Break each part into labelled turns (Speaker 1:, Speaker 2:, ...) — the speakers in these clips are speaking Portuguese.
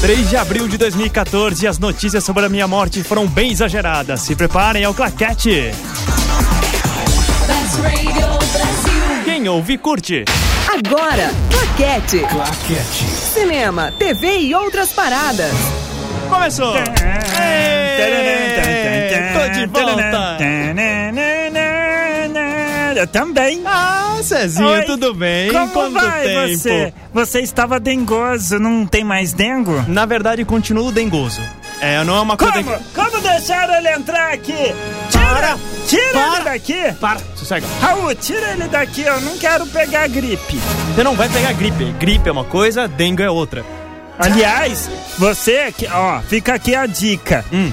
Speaker 1: 3 de abril de 2014 e as notícias sobre a minha morte foram bem exageradas. Se preparem ao claquete.
Speaker 2: Best Radio Brasil.
Speaker 1: Quem ouve, curte.
Speaker 3: Agora, Claquete.
Speaker 4: Claquete.
Speaker 3: Cinema, TV e outras paradas.
Speaker 1: Começou! Ê, Tô de volta!
Speaker 5: Eu também.
Speaker 1: Ah, Cezinho,
Speaker 5: Oi.
Speaker 1: tudo bem?
Speaker 5: Como
Speaker 1: Quanto
Speaker 5: vai
Speaker 1: tempo?
Speaker 5: você? Você estava dengoso, não tem mais dengo?
Speaker 1: Na verdade, continuo dengoso. É, não é uma coisa
Speaker 5: Como? Como deixaram ele entrar aqui? Tira!
Speaker 1: Para!
Speaker 5: Tira
Speaker 1: Para!
Speaker 5: ele daqui!
Speaker 1: Para, sossega.
Speaker 5: Raul, tira ele daqui, eu não quero pegar gripe.
Speaker 1: Você não vai pegar gripe. Gripe é uma coisa, dengue é outra.
Speaker 5: Aliás, você, que- ó, fica aqui a dica.
Speaker 1: Hum.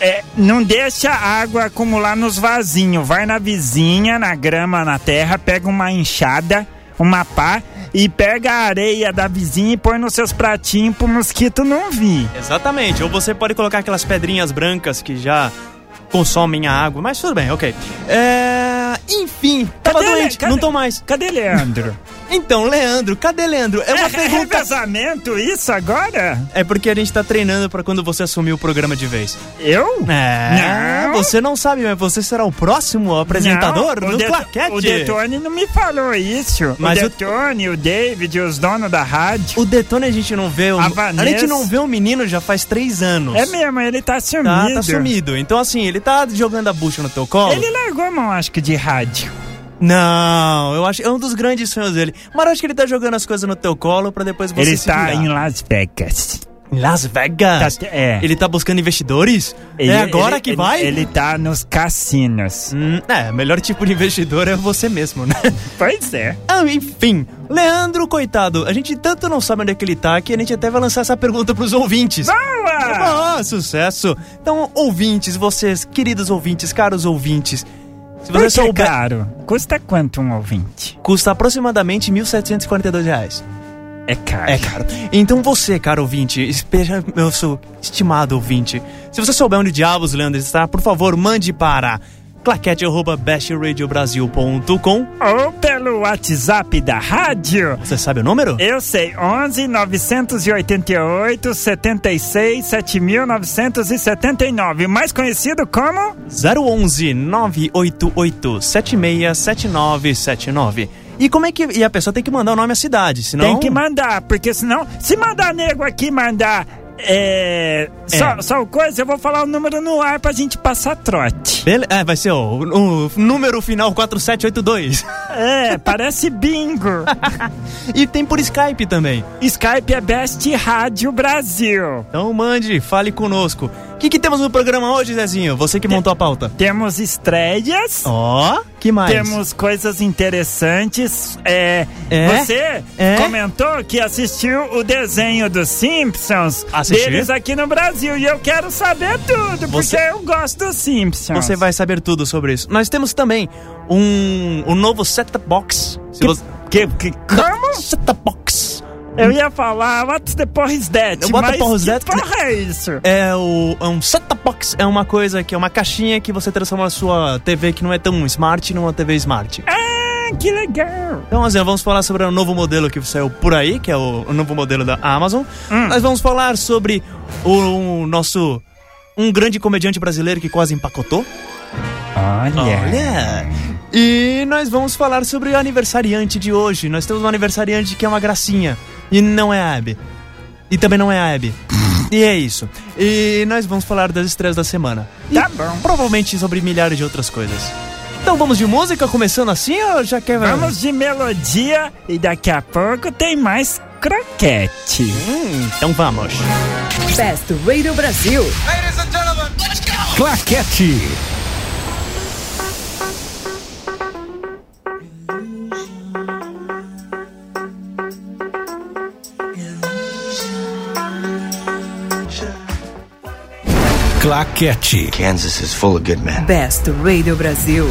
Speaker 5: É, não deixa a água acumular nos vasinhos. Vai na vizinha, na grama, na terra, pega uma enxada, uma pá e pega a areia da vizinha e põe nos seus pratinhos pro mosquito não vir.
Speaker 1: Exatamente. Ou você pode colocar aquelas pedrinhas brancas que já consomem a água, mas tudo bem, ok. É... Enfim, tava
Speaker 5: Cadê ele?
Speaker 1: doente,
Speaker 5: Cadê?
Speaker 1: não tô mais.
Speaker 5: Cadê Leandro?
Speaker 1: Então, Leandro, cadê Leandro? É uma
Speaker 5: é
Speaker 1: pergunta.
Speaker 5: revezamento isso agora?
Speaker 1: É porque a gente tá treinando pra quando você assumir o programa de vez.
Speaker 5: Eu?
Speaker 1: É,
Speaker 5: Não.
Speaker 1: você não sabe, mas você será o próximo apresentador
Speaker 5: Não, o
Speaker 1: do
Speaker 5: Det-
Speaker 1: Claquete.
Speaker 5: O Detone não me falou isso.
Speaker 1: Mas
Speaker 5: o
Speaker 1: o-
Speaker 5: Detone, o David, os donos da rádio.
Speaker 1: O Detone a gente não vê. o-
Speaker 5: A
Speaker 1: a gente
Speaker 5: Vanessa.
Speaker 1: não vê o menino já faz três anos.
Speaker 5: É mesmo, ele tá sumido.
Speaker 1: Tá, tá sumido. Então, assim, ele tá jogando a bucha no teu colo.
Speaker 5: Ele largou a mão, acho que, de rádio.
Speaker 1: Não, eu acho é um dos grandes sonhos dele. Mas eu acho que ele tá jogando as coisas no teu colo pra depois você
Speaker 5: ele
Speaker 1: se
Speaker 5: tá
Speaker 1: virar.
Speaker 5: em Las Vegas.
Speaker 1: Em Las Vegas.
Speaker 5: Tá- é.
Speaker 1: Ele tá buscando investidores?
Speaker 5: Ele-
Speaker 1: é agora
Speaker 5: ele-
Speaker 1: que
Speaker 5: ele-
Speaker 1: vai?
Speaker 5: Ele tá nos cassinos.
Speaker 1: Hum, é, melhor tipo de investidor é você mesmo, né?
Speaker 5: Pois é.
Speaker 1: Ah, enfim, Leandro, coitado, a gente tanto não sabe onde é que ele tá que a gente até vai lançar essa pergunta pros ouvintes.
Speaker 5: Boa!
Speaker 1: Ah, sucesso! Então, ouvintes, vocês, queridos ouvintes, caros ouvintes, se
Speaker 5: Por
Speaker 1: você
Speaker 5: que
Speaker 1: souber,
Speaker 5: caro? Custa quanto um ouvinte?
Speaker 1: custa aproximadamente R$ 1.742 reais.
Speaker 5: É caro.
Speaker 1: É caro. Então você, caro ouvinte, espera, meu seu estimado ouvinte, se você souber onde diabos Leandro está, por favor, mande para claquete.bestradiobrasil.com
Speaker 5: Ou pelo WhatsApp da rádio.
Speaker 1: Você sabe o número?
Speaker 5: Eu sei, 11 988 76 7979, mais conhecido como
Speaker 1: 011 988 767979. E como é que. E a pessoa tem que mandar o nome à cidade, senão.
Speaker 5: Tem que mandar, porque senão, se mandar nego aqui mandar é, Só, só coisa, eu vou falar o número no ar pra gente passar trote.
Speaker 1: Bele- É, vai ser o, o número final 4782.
Speaker 5: É, parece bingo.
Speaker 1: E tem por Skype também.
Speaker 5: Skype é Best Rádio Brasil.
Speaker 1: Então mande, fale conosco. O que, que temos no programa hoje, Zezinho? Você que montou a pauta.
Speaker 5: Temos estreias,
Speaker 1: Ó, que mais?
Speaker 5: temos coisas interessantes. É,
Speaker 1: É?
Speaker 5: Você
Speaker 1: É?
Speaker 5: comentou que assistiu o desenho dos Simpsons
Speaker 1: Assisti.
Speaker 5: deles aqui no Brasil. E eu quero saber tudo,
Speaker 1: Você-
Speaker 5: porque eu gosto dos Simpsons.
Speaker 1: Você vai saber tudo sobre isso. Nós temos também um, um novo set-top box. Se você...
Speaker 5: Que, que, como?
Speaker 1: Set-top box.
Speaker 5: Eu ia falar, what's the porra is that?
Speaker 1: What the
Speaker 5: mas
Speaker 1: porra is
Speaker 5: que
Speaker 1: that?
Speaker 5: porra é isso?
Speaker 1: É, o, é um set-top box. É uma coisa que é uma caixinha que você transforma a sua TV que não é tão smart numa TV smart.
Speaker 5: Ah, que legal!
Speaker 1: Então, assim, vamos falar sobre o novo modelo que saiu por aí, que é o, o novo modelo da Amazon.
Speaker 5: Hum.
Speaker 1: Nós vamos falar sobre o, nosso... Um grande comediante brasileiro que quase empacotou.
Speaker 5: Olha,
Speaker 1: Olha! E nós vamos falar sobre o aniversariante de hoje. Nós temos um aniversariante que é uma gracinha. E não é a Abby. E também não é a Abby. E é isso. E nós vamos falar das estreias da semana. E
Speaker 5: tá bom.
Speaker 1: provavelmente sobre milhares de outras coisas. Então vamos de música, começando assim ou já quer...
Speaker 5: Vamos de melodia e daqui a pouco tem mais croquete.
Speaker 1: Hum, então vamos.
Speaker 3: Best Radio Brasil.
Speaker 4: Claquete. Claquete.
Speaker 6: Kansas is full of good men.
Speaker 3: Best Radio Brasil.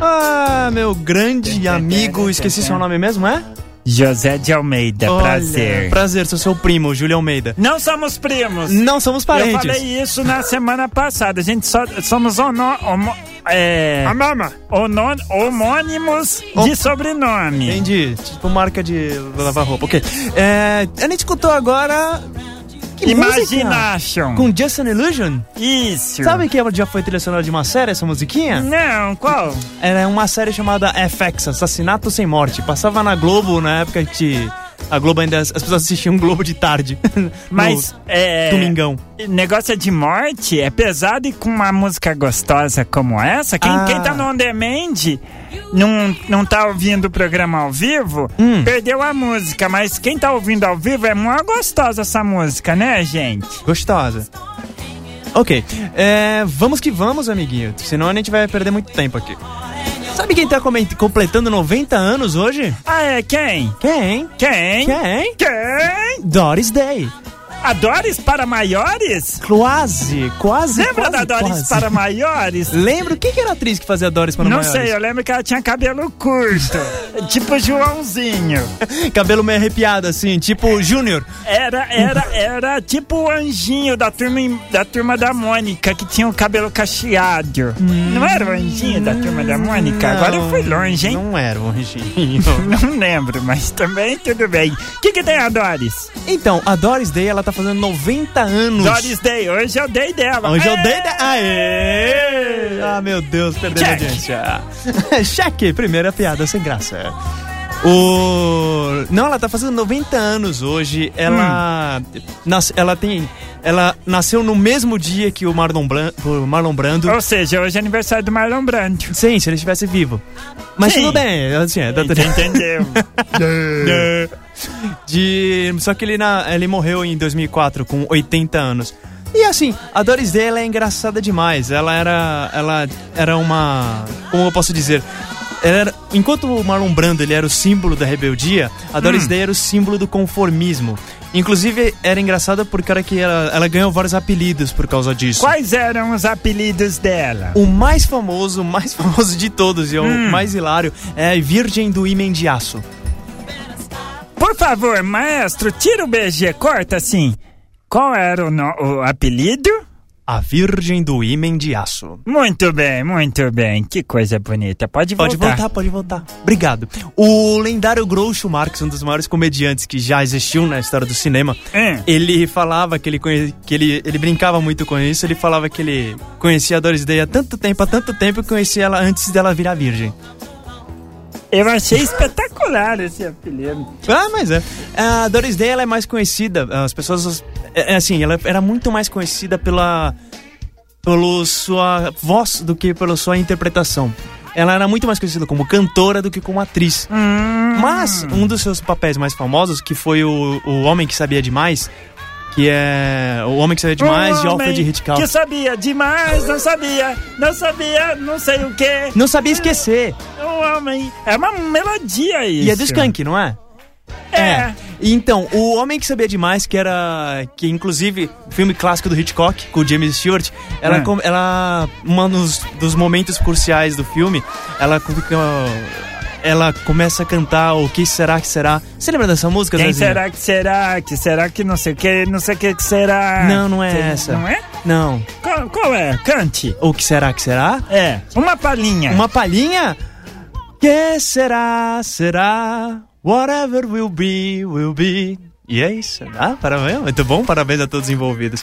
Speaker 1: Ah, meu grande amigo, esqueci seu nome mesmo, é?
Speaker 5: José de Almeida,
Speaker 1: Olha,
Speaker 5: É prazer.
Speaker 1: Prazer, sou seu primo, Júlio Almeida.
Speaker 5: Não somos primos.
Speaker 1: Não somos
Speaker 5: Eu
Speaker 1: parentes.
Speaker 5: falei isso na semana passada. A gente só somos ono- homo- é,
Speaker 1: mama.
Speaker 5: ono- homônimos de sobrenome.
Speaker 1: Entendi. Tipo marca de lavar roupa. Ok. É, a gente escutou agora. Que música?
Speaker 5: Imagination.
Speaker 1: Com Just an Illusion?
Speaker 5: Isso.
Speaker 1: Sabe que ela já foi trilha sonora de uma série, essa
Speaker 5: Hum.
Speaker 1: musiquinha?
Speaker 5: Não, qual?
Speaker 1: Era uma série chamada FX, Assassinato Sem Morte. Passava na Globo na época que a Globo ainda. As pessoas assistiam Globo de tarde.
Speaker 5: Mas é.
Speaker 1: No domingão.
Speaker 5: Negócio é de morte é pesado e com uma música gostosa como essa. Quem,
Speaker 1: Ah.
Speaker 5: quem tá no on demand não, não tá ouvindo o programa ao vivo,
Speaker 1: Hum.
Speaker 5: perdeu a música. Mas quem tá ouvindo ao vivo é mó gostosa essa música, né, gente?
Speaker 1: Gostosa. Ok. É, vamos que vamos, amiguinho. Senão a gente vai perder muito tempo aqui. Sabe quem tá coment- completando 90 anos hoje?
Speaker 5: Ah, é quem?
Speaker 1: Quem?
Speaker 5: Quem?
Speaker 1: Quem?
Speaker 5: Quem?
Speaker 1: é, Doris Day.
Speaker 5: A Doris para maiores?
Speaker 1: Quase, quase. quase,
Speaker 5: Lembra da Doris
Speaker 1: quase.
Speaker 5: para maiores?
Speaker 1: Lembro. O que, que era a atriz que fazia Doris para
Speaker 5: Não
Speaker 1: maiores?
Speaker 5: sei, eu lembro que ela tinha cabelo curto, tipo Joãozinho.
Speaker 1: Cabelo meio arrepiado, assim, tipo Júnior.
Speaker 5: Era, era, era tipo o anjinho da turma, em- da turma da Mônica, que tinha o cabelo cacheado. Não era o anjinho da turma da Mônica? Agora eu fui longe, hein?
Speaker 1: Não era o anjinho.
Speaker 5: Não, lembro, mas também tudo bem. O que, que tem a Doris?
Speaker 1: então, a Doris Day, ela tá fazendo 90 anos.
Speaker 5: Doris Day, hoje é o day dela. É.
Speaker 1: Hoje eu
Speaker 5: Aê!
Speaker 1: dei. da- Aê! Ah, meu Deus, perdeu a
Speaker 5: Check.
Speaker 1: audiência. Cheque, primeira piada sem graça. O... Não, ela tá fazendo 90 anos hoje. Ela. nas- Ela tem. Ela nasceu no mesmo dia que o Marlon, Bran... o Marlon Brando.
Speaker 5: Ou seja, hoje é aniversário do Marlon Brando.
Speaker 1: Sim, se ele estivesse vivo. Mas
Speaker 5: Sim.
Speaker 1: tudo bem, assim, é, tá tudo-
Speaker 5: Entendeu?
Speaker 1: De... Só que ele, na... ele morreu em 2004, com 80 anos. E assim, a Doris Day ela é engraçada demais. Ela era. Ela era uma. Como eu posso dizer? Ela era- enquanto o Marlon Brando ele era o símbolo da rebeldia, a Doris Day era o símbolo do conformismo. Inclusive, era engraçada porque era que ela, ela ganhou vários apelidos por causa disso.
Speaker 5: Quais eram os apelidos dela?
Speaker 1: O mais famoso, o mais famoso de todos e o mais hilário é Virgem do Imen de Aço.
Speaker 5: Por favor, maestro, tira o BG, corta assim. Qual era o, no- o apelido?
Speaker 1: A Virgem do Imen de Aço.
Speaker 5: Muito bem, muito bem. Que coisa bonita. Pode voltar.
Speaker 1: Pode voltar, pode voltar. Obrigado. O lendário Groucho Marx, um dos maiores comediantes que já existiu na história do cinema,
Speaker 5: Hum.
Speaker 1: ele falava que ele conhe... que ele, ele brincava muito com isso, ele falava que ele conhecia a Doris Day há tanto tempo, há tanto tempo, que conhecia ela antes dela virar virgem.
Speaker 5: Eu achei espetacular esse apelido.
Speaker 1: Ah, mas é. A Doris Day ela é mais conhecida. As pessoas. É, é assim, ela era muito mais conhecida pela. pelo sua voz do que pela sua interpretação. Ela era muito mais conhecida como cantora do que como atriz.
Speaker 5: Hum.
Speaker 1: Mas um dos seus papéis mais famosos, que foi o, o Homem que Sabia Demais, que é. O Homem que Sabia Demais de
Speaker 5: Um homem
Speaker 1: Alfred Hitchcock.
Speaker 5: Que sabia demais, não sabia, não sabia, não sei o quê.
Speaker 1: Não sabia esquecer.
Speaker 5: Um homem. É uma melodia isso.
Speaker 1: E é do Skank, não é?
Speaker 5: É.
Speaker 1: Então, o Homem que Sabia Demais, que era. que inclusive, filme clássico do Hitchcock, com o James Stewart, ela.
Speaker 5: É.
Speaker 1: com- ela um dos, dos momentos cruciais do filme, ela. fica- ela começa a cantar o que será que será. Você lembra dessa música,
Speaker 5: Quem
Speaker 1: Zezinho?
Speaker 5: será que será? Que será que não sei o que, não sei o que que será?
Speaker 1: Não, não é
Speaker 5: Você-
Speaker 1: essa.
Speaker 5: Não é?
Speaker 1: Não.
Speaker 5: Qual, qual é? Cante.
Speaker 1: O que será que será?
Speaker 5: É, uma palhinha.
Speaker 1: Uma palhinha? Que será, será, whatever will be, will be. E é isso. Ah, parabéns, muito bom, parabéns a todos os envolvidos.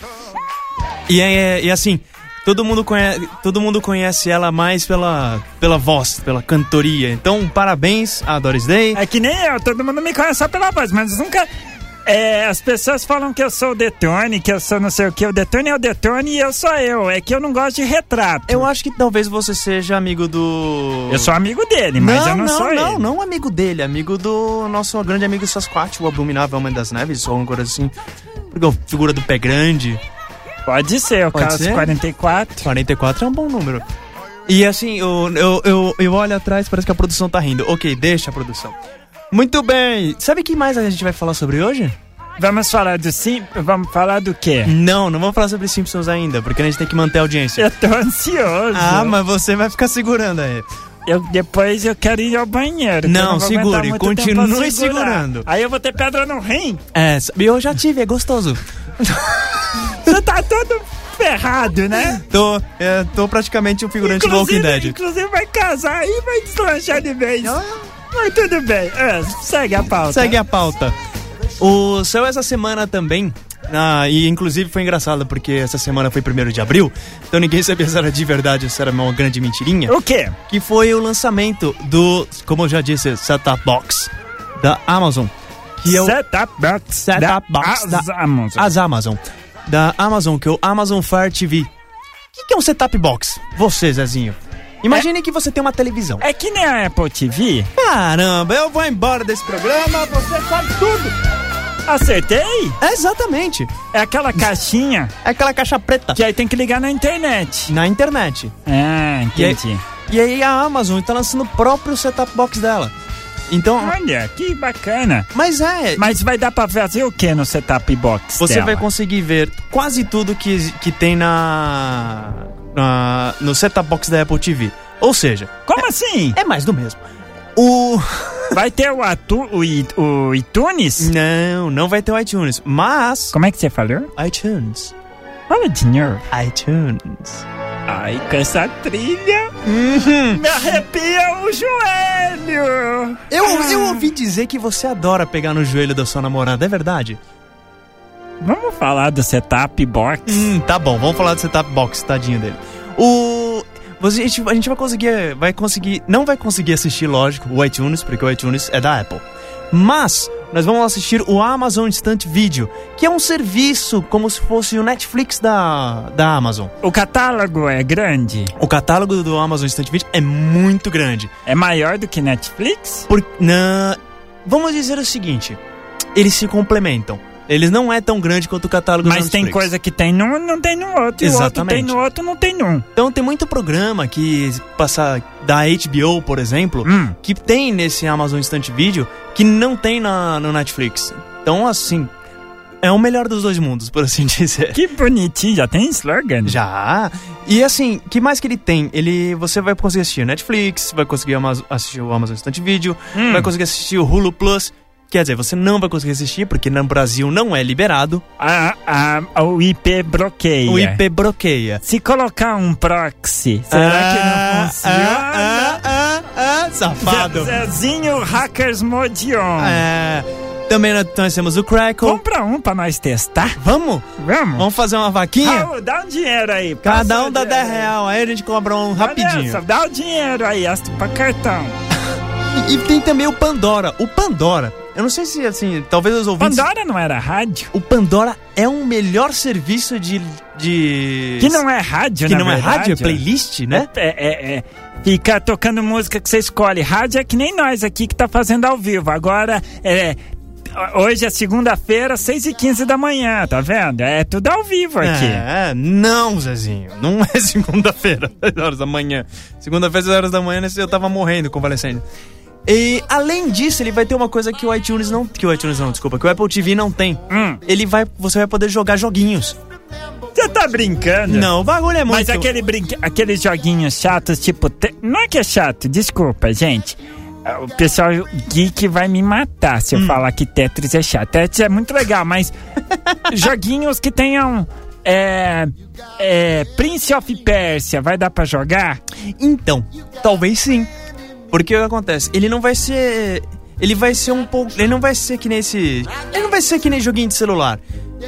Speaker 1: E, é, e assim, todo mundo, conhece, todo mundo conhece ela mais pela, pela voz, pela cantoria. Então, parabéns a Doris Day.
Speaker 5: É que nem eu, todo mundo me conhece só pela voz, mas nunca. É, as pessoas falam que eu sou o Detone, que eu sou não sei o que. O Detone é o Detone e eu sou eu. É que eu não gosto de retrato.
Speaker 1: Eu acho que talvez você seja amigo do.
Speaker 5: Eu sou amigo dele, mas
Speaker 1: não,
Speaker 5: eu não,
Speaker 1: não,
Speaker 5: sou
Speaker 1: não,
Speaker 5: ele.
Speaker 1: não amigo dele, amigo do nosso grande amigo Sasquatch, o abominável Homem das Neves, ou alguma coisa assim. Porque a figura do pé grande.
Speaker 5: Pode ser, eu
Speaker 1: Pode
Speaker 5: calço
Speaker 1: ser?
Speaker 5: 44.
Speaker 1: 44 é um bom número. E assim, eu, eu, eu, eu olho atrás, parece que a produção tá rindo. Ok, deixa a produção. Muito bem. Sabe o que mais a gente vai falar sobre hoje?
Speaker 5: Vamos falar do sim? Vamos falar do quê?
Speaker 1: Não, não vamos falar sobre Simpsons ainda, porque a gente tem que manter a audiência.
Speaker 5: Eu tô ansioso.
Speaker 1: Ah, mas você vai ficar segurando aí.
Speaker 5: Eu, depois eu quero ir ao banheiro. que eu
Speaker 1: Não,
Speaker 5: vou
Speaker 1: segure,
Speaker 5: aguentar muito tempo pra
Speaker 1: continue
Speaker 5: segurar.
Speaker 1: segurando.
Speaker 5: Aí eu vou ter pedra no rim.
Speaker 1: É, sabe, eu já tive, é gostoso.
Speaker 5: Você tá todo ferrado, né?
Speaker 1: Tô, é, tô praticamente um figurante do Walking Dead.
Speaker 5: inclusive vai casar e vai deslanchar de vez. Mas tudo bem. É, segue a pauta.
Speaker 1: Segue a pauta. O céu essa semana também. Ah, e inclusive foi engraçado porque essa semana foi 1 de abril, então ninguém sabia se era de verdade ou se era uma grande mentirinha.
Speaker 5: O quê?
Speaker 1: Que foi o lançamento do, como eu já disse, Setup Box da Amazon. Que é o
Speaker 5: Setup box.
Speaker 1: Setup box
Speaker 5: da,
Speaker 1: da-
Speaker 5: Amazon.
Speaker 1: as Amazon. Da Amazon, que é o Amazon Fire TV. O que, que é um setup box? Você, Zezinho. Imagine que você tem uma televisão.
Speaker 5: É que nem a Apple TV.
Speaker 1: Caramba, eu vou embora desse programa, você sabe tudo.
Speaker 5: Acertei?
Speaker 1: É exatamente.
Speaker 5: É aquela caixinha
Speaker 1: É aquela caixa preta.
Speaker 5: que aí tem que ligar na internet.
Speaker 1: Na internet.
Speaker 5: Ah,
Speaker 1: E aí-
Speaker 5: entendi.
Speaker 1: E aí a Amazon tá lançando o próprio setup box dela. Então.
Speaker 5: Olha, que bacana.
Speaker 1: Mas é.
Speaker 5: Mas vai dar pra fazer o que no setup box?
Speaker 1: Você
Speaker 5: dela?
Speaker 1: vai conseguir ver quase tudo que, que tem na, na. No setup box da Apple TV. Ou seja,
Speaker 5: Como assim?
Speaker 1: é mais do mesmo. O.
Speaker 5: Vai ter o, atu, o, i- o iTunes?
Speaker 1: Hum. Não, não vai ter o iTunes, mas.
Speaker 5: Como é que você falou?
Speaker 1: iTunes.
Speaker 5: Olha, dinheiro.
Speaker 1: iTunes.
Speaker 5: Ai, com essa trilha,
Speaker 1: Uhum.
Speaker 5: me arrepia o joelho.
Speaker 1: Eu, eu ouvi dizer que você adora pegar no joelho da sua namorada, é verdade?
Speaker 5: Vamos falar do setup box?
Speaker 1: Hum, tá bom, vamos falar do setup box, tadinho dele. O. você- A gente, a gente vai conseguir. Vai conseguir. Não vai conseguir assistir, lógico, o iTunes, porque o iTunes é da Apple. Mas nós vamos assistir o Amazon Instant Video, que é um serviço como se fosse o Netflix da, da Amazon.
Speaker 5: O catálogo é grande?
Speaker 1: O catálogo do Amazon Instant Video é muito grande.
Speaker 5: É maior do que Netflix?
Speaker 1: Por, na, vamos dizer o seguinte: eles se complementam. Eles não é tão grande quanto o catálogo
Speaker 5: Mas
Speaker 1: do
Speaker 5: tem
Speaker 1: Netflix.
Speaker 5: coisa que tem num, não tem no outro. E o outro tem
Speaker 1: Exatamente.
Speaker 5: no outro, não tem num.
Speaker 1: Então tem muito programa que passa da HBO, por exemplo,
Speaker 5: Hum.
Speaker 1: que tem nesse Amazon Instant Video que não tem na, no Netflix. Então, assim, é o melhor dos dois mundos, por assim dizer.
Speaker 5: Que bonitinho, já tem slogan?
Speaker 1: Já. E assim, que mais que ele tem? Ele você vai conseguir assistir o Netflix, vai conseguir Amaz- assistir o Amazon Instant Video,
Speaker 5: Hum.
Speaker 1: vai conseguir assistir o Hulu Plus. Quer dizer, você não vai conseguir assistir porque no Brasil não é liberado.
Speaker 5: A, a- o IP bloqueia.
Speaker 1: O IP bloqueia.
Speaker 5: Se colocar um proxy, será que não
Speaker 1: Ah,
Speaker 5: funciona?
Speaker 1: Ah, ah, ah, ah, safado.
Speaker 5: Ze- Zezinho Hackers Modion.
Speaker 1: É, também nós, nós temos o Crackle.
Speaker 5: Compra um pra nós testar.
Speaker 1: Vamos?
Speaker 5: Vamos.
Speaker 1: Vamos fazer uma vaquinha?
Speaker 5: Raul, dá um dinheiro aí.
Speaker 1: Cada
Speaker 5: passa
Speaker 1: um
Speaker 5: o
Speaker 1: dá 10
Speaker 5: dinheiro.
Speaker 1: real, aí a gente cobra um
Speaker 5: Olha essa,
Speaker 1: rapidinho.
Speaker 5: Dá o dinheiro aí, as- pra cartão.
Speaker 1: E, e tem também o Pandora. O Pandora, eu não sei se assim, talvez os ouvintes.
Speaker 5: Pandora não era rádio?
Speaker 1: O Pandora é um melhor serviço de. de...
Speaker 5: Que não é rádio,
Speaker 1: que
Speaker 5: na
Speaker 1: não é
Speaker 5: verdade,
Speaker 1: rádio, é
Speaker 5: ó.
Speaker 1: playlist, né?
Speaker 5: É, é, é. Fica tocando música que você escolhe. Rádio é que nem nós aqui que tá fazendo ao vivo. Agora, é. Hoje é segunda-feira, 6h15 da manhã, tá vendo? É tudo ao vivo aqui.
Speaker 1: É, não, Zezinho. Não é segunda-feira, 10 horas da manhã. Segunda-feira, 10 horas da manhã, nesse- eu tava morrendo convalescendo. E além disso, ele vai ter uma coisa que o iTunes não. Que o iTunes não, desculpa, que o Apple TV não tem.
Speaker 5: Hum.
Speaker 1: Ele vai. Você vai poder jogar joguinhos.
Speaker 5: Você tá brincando?
Speaker 1: Não, o bagulho é muito.
Speaker 5: Mas aquele brinque... aqueles joguinhos chatos, tipo. te- Não é que é chato, desculpa, gente. Ah, O pessoal geek vai me matar se eu
Speaker 1: Hum.
Speaker 5: falar que Tetris é chato. Tetris é muito legal, mas joguinhos que tenham. É, é, Prince of Persia, vai dar pra jogar?
Speaker 1: Então, talvez sim. Porque o que acontece? Ele não vai ser. Ele vai ser um pouco. Ele não vai ser que nem esse. Ele não vai ser que nem joguinho de celular.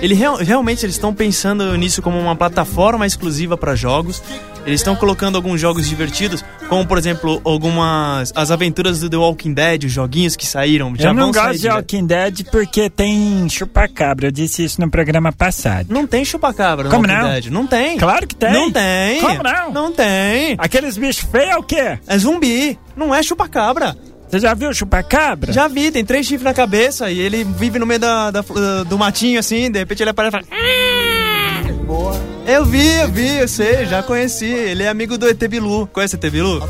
Speaker 1: Ele real- realmente eles estão pensando nisso como uma plataforma exclusiva para jogos. Eles estão colocando alguns jogos divertidos, como por exemplo algumas as aventuras do The Walking Dead, os joguinhos que saíram. Já
Speaker 5: eu não
Speaker 1: vão sair
Speaker 5: gosto de
Speaker 1: direto.
Speaker 5: Walking Dead porque tem chupacabra. Eu disse isso no programa passado.
Speaker 1: Não tem chupacabra. no
Speaker 5: Como
Speaker 1: Walking
Speaker 5: não?
Speaker 1: Dead. Não tem.
Speaker 5: Claro que tem.
Speaker 1: Não tem.
Speaker 5: Como não?
Speaker 1: Não tem.
Speaker 5: Aqueles bichos feios é o quê?
Speaker 1: É zumbi. Não é chupacabra.
Speaker 5: Você já viu chupacabra?
Speaker 1: Já vi, tem três chifres na cabeça e ele vive no meio da, da fl- do matinho assim, de repente ele aparece e fala. "Ah!" Eu vi, eu vi, eu sei, já conheci. Ele é amigo do ET Bilu. Conhece o ET Bilu?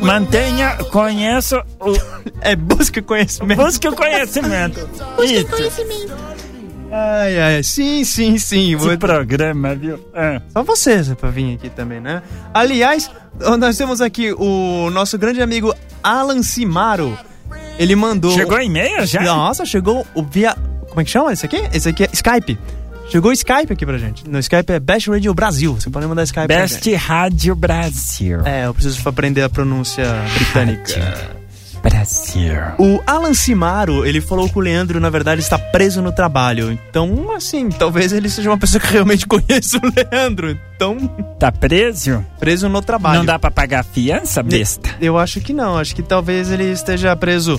Speaker 5: Mantenha, conheço o,
Speaker 1: É busca conhecimento.
Speaker 5: Busque o conhecimento. Busque o conhecimento.
Speaker 1: Ai, ai, sim, sim, sim.
Speaker 5: Esse
Speaker 1: Vou...
Speaker 5: programa, viu? Ah,
Speaker 1: Só vocês pra vir aqui também, né? Aliás, nós temos aqui o nosso grande amigo Alan Simaro. Ele mandou.
Speaker 5: Chegou em meia já?
Speaker 1: Nossa, chegou o via. Como é que chama esse aqui? Esse aqui é Skype. Chegou o Skype aqui pra gente. No Skype é Best Radio Brasil. Você pode mandar Skype pra gente.
Speaker 5: Best Rádio Brasil.
Speaker 1: É, eu preciso aprender a pronúncia britânica.
Speaker 5: Brasil.
Speaker 1: O Alan Simaro, ele falou que o Leandro, na verdade, está preso no trabalho. Então, assim, talvez ele seja uma pessoa que realmente conheça o Leandro. Então,
Speaker 5: Tá preso?
Speaker 1: preso no trabalho.
Speaker 5: Não dá pra pagar fiança, besta?
Speaker 1: Eu acho que não. Acho que talvez ele esteja preso,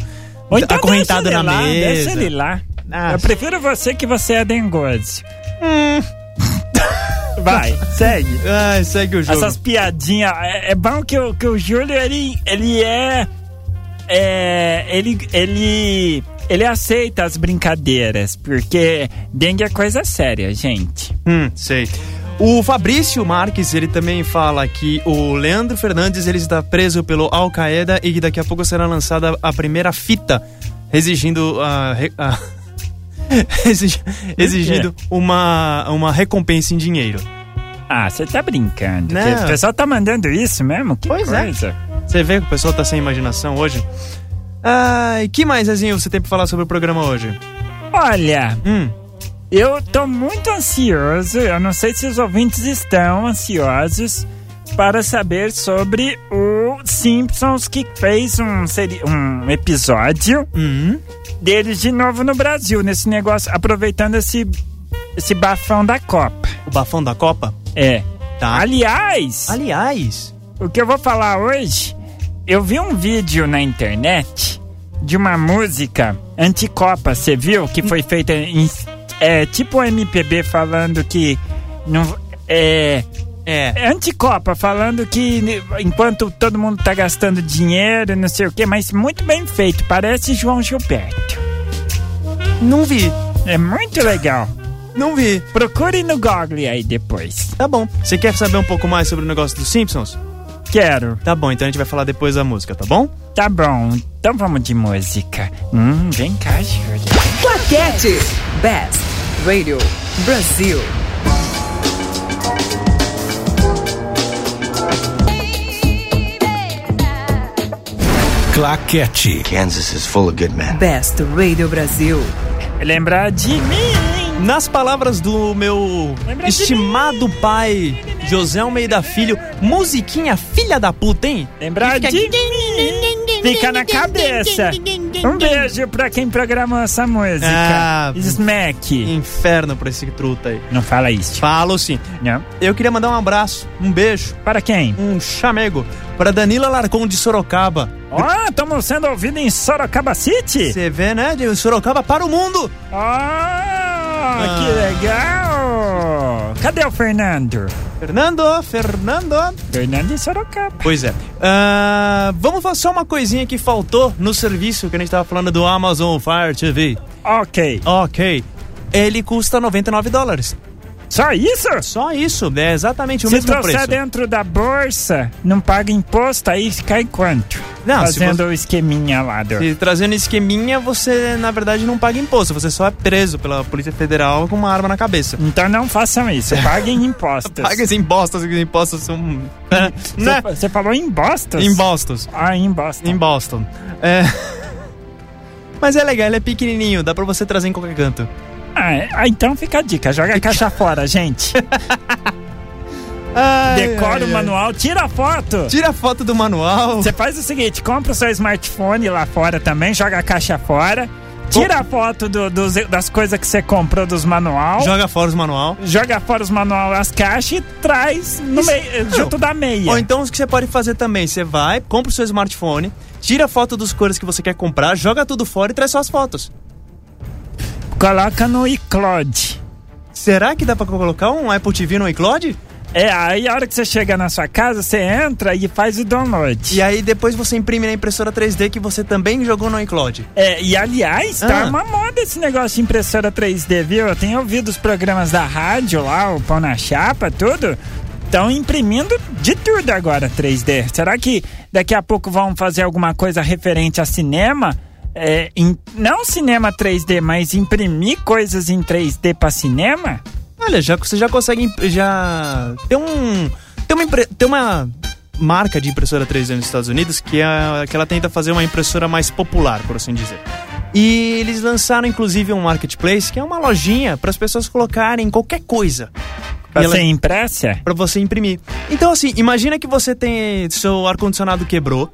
Speaker 5: Ou então
Speaker 1: acorrentado
Speaker 5: deixa
Speaker 1: na
Speaker 5: ele lá,
Speaker 1: mesa.
Speaker 5: Deixa ele lá. É
Speaker 1: Ah, Hum.
Speaker 5: Eu prefiro você que você é dengoso. Vai, segue.
Speaker 1: Ai, ah, segue o jogo.
Speaker 5: Essas piadinhas. É, é bom que o, que o Júlio, ele, ele é, é. Ele. Ele. Ele aceita as brincadeiras, porque dengue é coisa séria, gente.
Speaker 1: Hum, sei. O Fabrício Marques, ele também fala que o Leandro Fernandes ele está preso pelo Al-Qaeda e que daqui a pouco será lançada a primeira fita, exigindo a. re- a- exig- exigindo uma, uma recompensa em dinheiro.
Speaker 5: Ah, você tá brincando.
Speaker 1: Não.
Speaker 5: que O pessoal tá mandando isso mesmo? Que
Speaker 1: Pois é.
Speaker 5: coisa.
Speaker 1: Você vê que o pessoal tá sem imaginação hoje? Ai, que mais, Zezinho, você tem pra falar sobre o programa hoje?
Speaker 5: Olha,
Speaker 1: Hum,
Speaker 5: Eu tô muito ansioso, eu não sei se os ouvintes estão ansiosos para saber sobre o Simpsons que fez um, seri- um episódio
Speaker 1: hum.
Speaker 5: deles de novo no Brasil, nesse negócio, aproveitando esse, esse bafão da Copa.
Speaker 1: O bafão da Copa?
Speaker 5: É.
Speaker 1: Tá.
Speaker 5: Aliás,
Speaker 1: Aliás,
Speaker 5: o que eu vou falar hoje, eu vi um vídeo na internet de uma música anticopa, você viu? Que foi feita em, é, tipo um MPB falando que não é,
Speaker 1: é.
Speaker 5: é anticopa, falando que enquanto todo mundo tá gastando dinheiro, não sei o quê, mas muito bem feito, parece João Gilberto.
Speaker 1: Não vi,
Speaker 5: É muito legal.
Speaker 1: não vi.
Speaker 5: Procure no Google aí depois.
Speaker 1: Tá bom. Você quer saber um pouco mais sobre o negócio dos Simpsons?
Speaker 5: Quero.
Speaker 1: Tá bom, então a gente vai falar depois da música, tá bom?
Speaker 5: Tá bom, então vamos de música. Hum, vem cá, Júlia.
Speaker 3: Claquete. Best Radio Brasil.
Speaker 4: Claquete.
Speaker 6: Kansas is full of good men.
Speaker 3: Best Radio Brasil.
Speaker 5: Lembrar de mim.
Speaker 1: Nas palavras do meu
Speaker 5: Lembra de
Speaker 1: estimado pai, José Almeida Filho, musiquinha filha da puta, hein?
Speaker 5: Lembrar de mim. Fica na cabeça. Um beijo pra quem programou essa música.
Speaker 1: Ah.
Speaker 5: Smack.
Speaker 1: Inferno pra esse truta aí.
Speaker 5: Não fala isso.
Speaker 1: Falo sim.
Speaker 5: Não.
Speaker 1: Eu queria mandar um abraço, um beijo,
Speaker 5: Para quem?
Speaker 1: um chamego pra Danila Larcon de Sorocaba.
Speaker 5: Ó, estamos sendo ouvidos em Sorocaba City.
Speaker 1: Você vê, né? De Sorocaba para o mundo!
Speaker 5: Ó,
Speaker 1: Ah.
Speaker 5: que legal. Cadê o Fernando?
Speaker 1: Fernando, Fernando.
Speaker 5: Fernando em Sorocaba.
Speaker 1: Pois é. Ah, vamos falar só uma coisinha que faltou no serviço que a gente tava falando do Amazon Fire TV.
Speaker 5: Ok.
Speaker 1: Ok. Ele custa 99 dólares.
Speaker 5: Só isso?
Speaker 1: Só isso, é exatamente o
Speaker 5: Se
Speaker 1: mesmo
Speaker 5: trouxer
Speaker 1: preço.
Speaker 5: dentro da bolsa, não paga imposto, aí cai quanto?
Speaker 1: Não, se
Speaker 5: Fazendo o esqueminha lá do...
Speaker 1: E trazendo esqueminha, você na verdade não paga imposto, você só é preso pela Polícia Federal com uma arma na cabeça.
Speaker 5: Então não façam isso, paguem impostos.
Speaker 1: Paga esses impostos, que os impostos são.
Speaker 5: Você-
Speaker 1: né?
Speaker 5: Você falou em bostas?
Speaker 1: Impostos.
Speaker 5: Ah, em bosta.
Speaker 1: Em Boston. É. Mas é legal, ele é pequenininho, dá pra você trazer em qualquer canto.
Speaker 5: Ah, é- ah, então fica a dica, joga a caixa fora, gente.
Speaker 1: Ai,
Speaker 5: Decora
Speaker 1: ai,
Speaker 5: o
Speaker 1: ai.
Speaker 5: manual, tira a foto.
Speaker 1: Tira a foto do manual.
Speaker 5: Você faz o seguinte, compra o seu smartphone lá fora também, joga a caixa fora, tira a foto do- dos- das coisas que você comprou dos manual,
Speaker 1: Joga fora os manual.
Speaker 5: joga fora os manual as caixas e traz no meio, junto da meia.
Speaker 1: Ou então o que você pode fazer também, você vai, compra o seu smartphone, tira a foto dos cores que você quer comprar, joga tudo fora e traz suas fotos.
Speaker 5: Coloca no iCloud.
Speaker 1: Será que dá pra colocar um Apple TV no iCloud?
Speaker 5: É, aí a hora que você chega na sua casa, você entra e faz o download.
Speaker 1: E aí depois você imprime na impressora 3D que você também jogou no iCloud.
Speaker 5: É, e aliás, tá
Speaker 1: Ah.
Speaker 5: uma moda esse negócio de impressora 3D, viu? Eu tenho ouvido os programas da rádio lá, o Pão na Chapa, tudo. Estão imprimindo de tudo agora 3D. Será que daqui a pouco vão fazer alguma coisa referente a cinema? é, em- não cinema 3D, mas imprimir coisas em 3D pra cinema?
Speaker 1: Olha, já, você já consegue. imp- Já. Tem um. Tem uma, impre- tem uma marca de impressora 3D nos Estados Unidos que, é, que ela tenta fazer uma impressora mais popular, por assim dizer. E eles lançaram inclusive um marketplace que é uma lojinha para as pessoas colocarem qualquer coisa.
Speaker 5: Pra
Speaker 1: E ela- é
Speaker 5: ser impressa?
Speaker 1: Pra você imprimir. Então, assim, imagina que você tem. Seu ar-condicionado quebrou.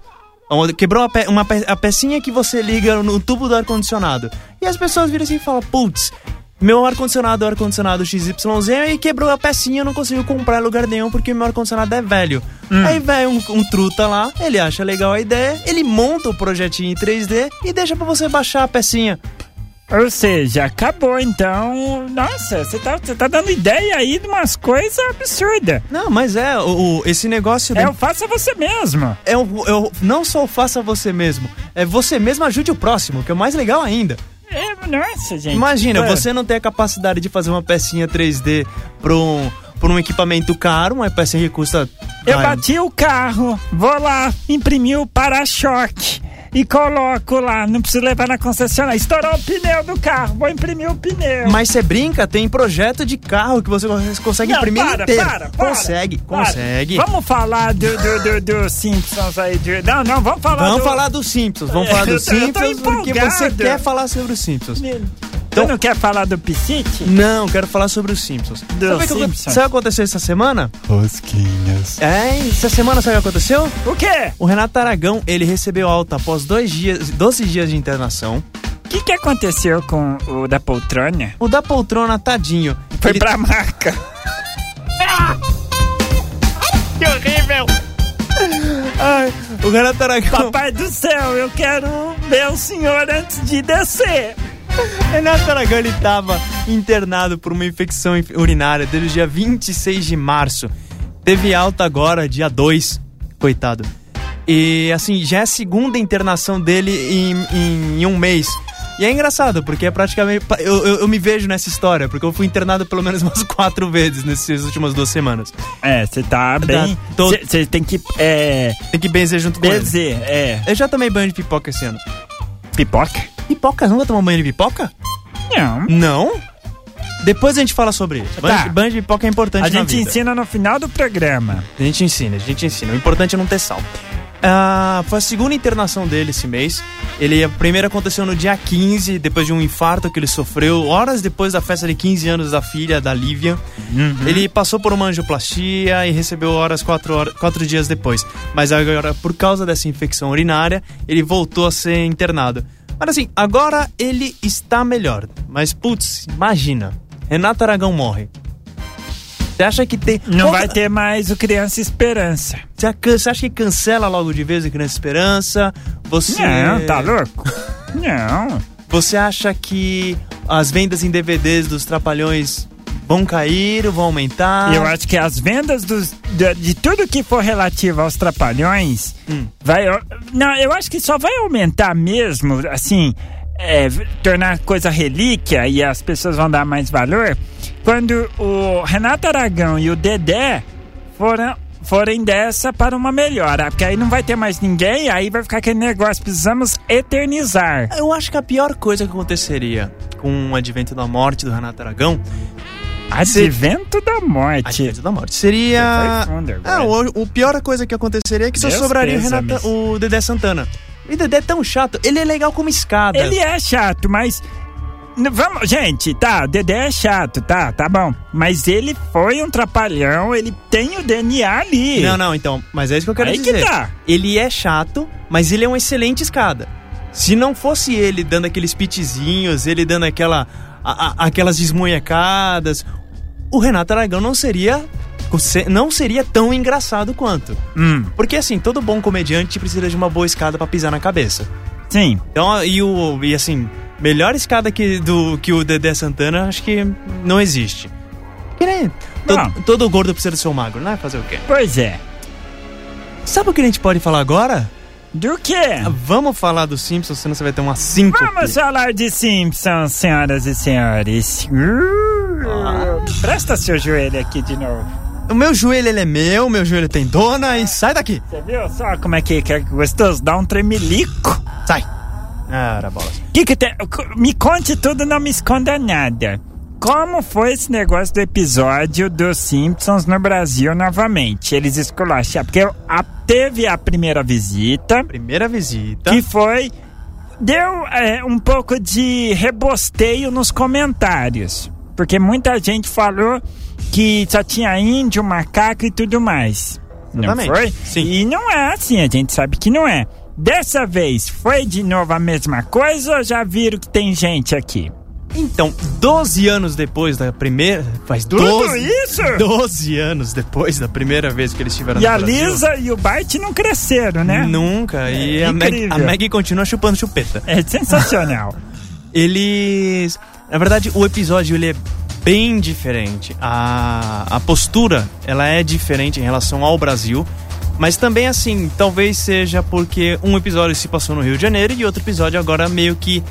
Speaker 1: Ou Quebrou a, pe- uma pe- a pecinha que você liga no tubo do ar-condicionado. E as pessoas viram assim e falam: Putz, meu ar-condicionado é o ar-condicionado XYZ e quebrou a pecinha, eu não consigo comprar em lugar nenhum porque meu ar-condicionado é velho.
Speaker 5: Hum.
Speaker 1: Aí vai um, um truta lá, ele acha legal a ideia, ele monta o projetinho em 3D e deixa pra você baixar a pecinha.
Speaker 5: Ou seja, acabou então. Nossa, você tá, você tá dando ideia aí de umas coisas absurdas.
Speaker 1: Não, mas é, o, o- esse negócio. do-
Speaker 5: É o faça você mesmo.
Speaker 1: é o, é o- não só o faça você mesmo, é você mesmo ajude o próximo, que é o mais legal ainda.
Speaker 5: É, nossa, gente. é.
Speaker 1: Imagina,
Speaker 5: Pô,
Speaker 1: você não tem a capacidade de fazer uma pecinha 3D para um, pra um equipamento caro, uma pecinha que custa.
Speaker 5: Eu
Speaker 1: vai,
Speaker 5: bati o carro, vou lá, imprimir o para-choque e coloco lá. Não preciso levar na concessionária. Estourou o pneu do carro, vou imprimir o pneu.
Speaker 1: Mas você brinca, tem projeto de carro que você consegue
Speaker 5: Não,
Speaker 1: imprimir
Speaker 5: para,
Speaker 1: inteiro.
Speaker 5: para, para,
Speaker 1: consegue,
Speaker 5: para.
Speaker 1: consegue.
Speaker 5: Vamos falar do, do, do, do Simpsons aí. de- Não, não, vamos falar
Speaker 1: Vamos
Speaker 5: do...
Speaker 1: falar dos Simpsons, vamos falar
Speaker 5: Eu
Speaker 1: dos
Speaker 5: tô- eu tô
Speaker 1: Simpsons porque você
Speaker 5: empolgado.
Speaker 1: quer falar sobre os Simpsons. Então-
Speaker 5: Você não quer falar do Piscite?
Speaker 1: Não, quero falar sobre os Simpsons. Sabe o que-
Speaker 5: Simpsons.
Speaker 1: Sabe o que aconteceu essa semana?
Speaker 5: Rosquinhas.
Speaker 1: É, essa semana sabe o que aconteceu?
Speaker 5: O quê?
Speaker 1: O Renato Aragão, ele recebeu alta após dois dias, 12 dias de internação.
Speaker 5: O que, que aconteceu com o da poltrona?
Speaker 1: O da poltrona, tadinho.
Speaker 5: Foi
Speaker 1: ele,
Speaker 5: pra maca. que horrível!
Speaker 1: Ai, o Renato Aragão.
Speaker 5: Papai do céu, eu quero ver o senhor antes de descer.
Speaker 1: Renato Aragão, ele tava internado por uma infecção inf- urinária desde o dia 26 de março. Teve alta agora, dia 2. Coitado. E assim, já é a segunda internação dele em, em- em um mês. E é engraçado, porque é praticamente. pa- Eu, eu, eu me vejo nessa história, porque eu fui internado pelo menos umas quatro vezes nessas últimas duas semanas.
Speaker 5: É, você tá bem.
Speaker 1: tô-
Speaker 5: Você você tem que. É.
Speaker 1: Tem que benzer junto com ele.
Speaker 5: Bezer, é.
Speaker 1: Eu já tomei banho de pipoca esse ano.
Speaker 5: Pipoca?
Speaker 1: Pipoca? Nunca tomou banho de pipoca?
Speaker 5: Não.
Speaker 1: Não? Depois a gente fala sobre isso. Banho,
Speaker 5: Tá.
Speaker 1: de- banho de pipoca é importante
Speaker 5: A
Speaker 1: na
Speaker 5: gente
Speaker 1: vida.
Speaker 5: ensina no final do programa.
Speaker 1: A gente ensina, a gente ensina. O importante é não ter sal. Ah, foi a segunda internação dele esse mês. Ele, a primeira aconteceu no dia 15, depois de um infarto que ele sofreu, horas depois da festa de 15 anos da filha, da Lívia.
Speaker 5: Uhum.
Speaker 1: Ele passou por uma angioplastia e recebeu horas quatro, horas quatro dias depois. Mas agora, por causa dessa infecção urinária, ele voltou a ser internado. Mas assim, agora ele está melhor. Mas putz, imagina. Renato Aragão morre. Você acha que tem.
Speaker 5: Não
Speaker 1: Qual-
Speaker 5: vai ter mais o Criança Esperança.
Speaker 1: você aca- você acha que cancela logo de vez o Criança Esperança? Você.
Speaker 5: Não, tá louco? Não.
Speaker 1: Você acha que as vendas em DVDs dos Trapalhões vão cair, vão aumentar?
Speaker 5: Eu acho que as vendas dos, de, de tudo que for relativo aos trapalhões
Speaker 1: Hum.
Speaker 5: vai. au- Não, eu acho que só vai aumentar mesmo, assim, é, v- tornar a coisa relíquia e as pessoas vão dar mais valor quando o Renato Aragão e o Dedé foram. Forem dessa para uma melhora, porque aí não vai ter mais ninguém, aí vai ficar aquele negócio, precisamos eternizar.
Speaker 1: Eu acho que a pior coisa que aconteceria com o advento da morte do Renato Aragão.
Speaker 5: Advento da morte.
Speaker 1: Advento da morte. Seria.
Speaker 5: Foi fundo
Speaker 1: Ah,
Speaker 5: agora.
Speaker 1: o, o pior coisa que aconteceria é que só
Speaker 5: Meus
Speaker 1: sobraria o,
Speaker 5: pêsames.
Speaker 1: Renata, o Dedé Santana. E o Dedé é tão chato, ele é legal como escada.
Speaker 5: Ele é chato, mas. N- Vamos, gente, tá, o Dedé é chato, tá, tá bom. Mas ele foi um trapalhão, ele tem o DNA ali.
Speaker 1: Não, não, então, mas é isso que eu quero
Speaker 5: Aí que
Speaker 1: dizer.
Speaker 5: tá.
Speaker 1: Ele é chato, mas ele é uma excelente escada. Se não fosse ele dando aqueles pitizinhos, ele dando aquela, a- a- aquelas desmunhecadas, o Renato Aragão não seria não seria tão engraçado quanto.
Speaker 5: Hum,
Speaker 1: Porque assim, todo bom comediante precisa de uma boa escada pra pisar na cabeça.
Speaker 5: sim.
Speaker 1: Então, e o e assim, melhor escada que do que o Dedé Santana, acho que não existe. Que nem-
Speaker 5: Não.
Speaker 1: todo, todo gordo precisa do seu magro, né? Fazer o quê?
Speaker 5: Pois é.
Speaker 1: Sabe o que a gente pode falar agora?
Speaker 5: Do quê?
Speaker 1: Ah, Vamos falar do Simpsons, senão você vai ter uma 5.
Speaker 5: Vamos falar de Simpsons, senhoras e senhores.
Speaker 1: Ah.
Speaker 5: Uh, Presta seu joelho aqui de novo.
Speaker 1: O meu joelho ele é meu, meu joelho tem dona e sai daqui.
Speaker 5: Você viu só como é que, que é gostoso? Dá um tremelico.
Speaker 1: Sai. Ah, era bolas.
Speaker 5: Que que tem? Me conte tudo, não me esconda nada. Como foi esse negócio do episódio dos Simpsons no Brasil novamente? Eles esculacharam. Porque a- teve a primeira visita,
Speaker 1: Primeira visita.
Speaker 5: que foi. Deu é, um pouco de rebosteio nos comentários. Porque muita gente falou que só tinha índio, macaco e tudo mais.
Speaker 1: Exatamente.
Speaker 5: Não foi?
Speaker 1: Sim.
Speaker 5: E não é assim, a gente sabe que não é. Dessa vez foi de novo a mesma coisa ou já viram que tem gente aqui?
Speaker 1: Então, 12 anos depois da primeira. Faz
Speaker 5: Tudo
Speaker 1: 12,
Speaker 5: isso?
Speaker 1: 12 anos depois da primeira vez que eles estiveram
Speaker 5: E
Speaker 1: Tá no
Speaker 5: a
Speaker 1: Brasil.
Speaker 5: Lisa e o Bart não cresceram, né?
Speaker 1: Nunca. e a Maggie,
Speaker 5: incrível.
Speaker 1: a Maggie continua chupando chupeta.
Speaker 5: É sensacional.
Speaker 1: Eles. Na verdade, o episódio ele é bem diferente. A, a postura ela é diferente em relação ao Brasil. Mas também assim, talvez seja porque um episódio se passou no Rio de Janeiro e outro episódio agora meio que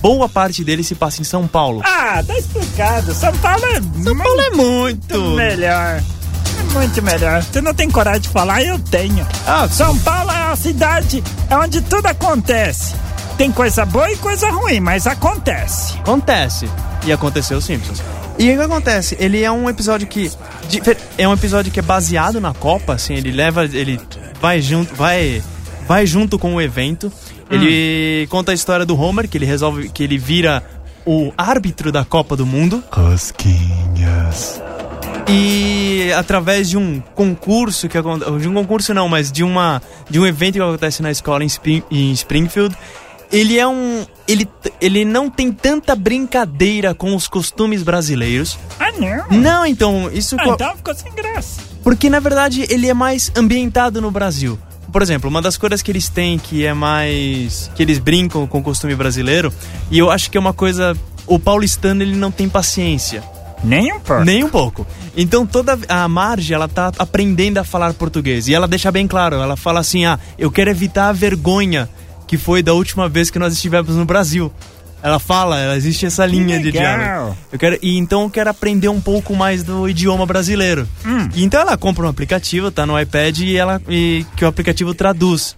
Speaker 1: boa parte dele se passa em São Paulo.
Speaker 5: ah, tá explicado. São Paulo é
Speaker 1: São Paulo é muito.
Speaker 5: melhor. É muito melhor. Você não tem coragem de falar, eu tenho.
Speaker 1: Ah,
Speaker 5: São Paulo é a cidade é onde tudo acontece. Tem coisa boa e coisa ruim, mas acontece.
Speaker 1: Acontece. E aconteceu os Simpsons. E o que acontece? Ele é um episódio que. difer- É um episódio que é baseado na Copa, assim, ele leva. ele vai junto. Vai. Vai junto com o evento. Ele conta a história do Homer, que ele resolve. que ele vira o árbitro da Copa do Mundo.
Speaker 4: Rosquinhas.
Speaker 1: E através de um concurso que acon- de um concurso não, mas de uma de um evento que acontece na escola em, Spring- em Springfield, ele é um ele t- ele não tem tanta brincadeira com os costumes brasileiros.
Speaker 5: Ah, não.
Speaker 1: Não, então, isso
Speaker 5: Ah,
Speaker 1: co-
Speaker 5: então ficou sem graça.
Speaker 1: porque na verdade ele é mais ambientado no Brasil. Por exemplo, uma das coisas que eles têm que é mais. que eles brincam com o costume brasileiro, e eu acho que é uma coisa. O paulistano ele não tem paciência.
Speaker 5: Nem um pouco.
Speaker 1: Nem um pouco. Então toda a Marge, ela tá aprendendo a falar português. E ela deixa bem claro, ela fala assim, ah, eu quero evitar a vergonha que foi da última vez que nós estivemos no Brasil. Ela fala, ela existe essa linha de
Speaker 5: legal.
Speaker 1: diálogo. Eu quero, e então eu quero aprender um pouco mais do idioma brasileiro.
Speaker 5: Hum.
Speaker 1: E então ela compra um aplicativo, tá no iPad e ela e que o aplicativo traduz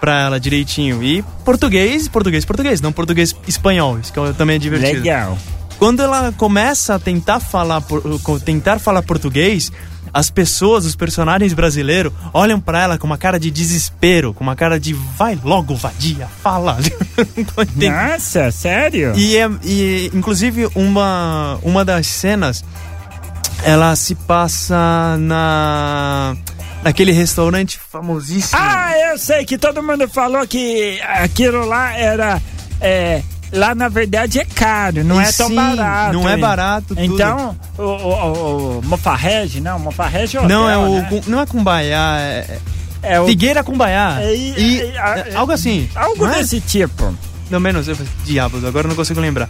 Speaker 1: pra ela direitinho. E português, português, português, não português espanhol. Isso que eu- também é divertido.
Speaker 5: Legal.
Speaker 1: Quando ela começa a tentar falar, por- co- tentar falar português, as pessoas, os personagens brasileiros, olham pra ela com uma cara de desespero, com uma cara de vai logo, vadia, fala. Tem-
Speaker 5: Nossa, sério?
Speaker 1: e, é- e, inclusive, uma, uma das cenas, ela se passa na naquele restaurante famosíssimo.
Speaker 5: Ah, eu sei que todo mundo falou que aquilo lá era. é, lá na verdade é caro, não
Speaker 1: E
Speaker 5: é tão
Speaker 1: sim,
Speaker 5: barato.
Speaker 1: não é
Speaker 5: hein?
Speaker 1: barato tudo.
Speaker 5: Então, o, o, o, o Mofarrege, não, Mofarrege é hotel,
Speaker 1: não, é o,
Speaker 5: né?
Speaker 1: Cum- não é Cumbaiá, é,
Speaker 5: É o-
Speaker 1: Figueira Cumbaiá.
Speaker 5: É,
Speaker 1: e,
Speaker 5: e- é, a-
Speaker 1: é, algo assim.
Speaker 5: Algo
Speaker 1: não é?
Speaker 5: desse tipo.
Speaker 1: Não, menos, eu falei, diabos, agora eu não consigo lembrar.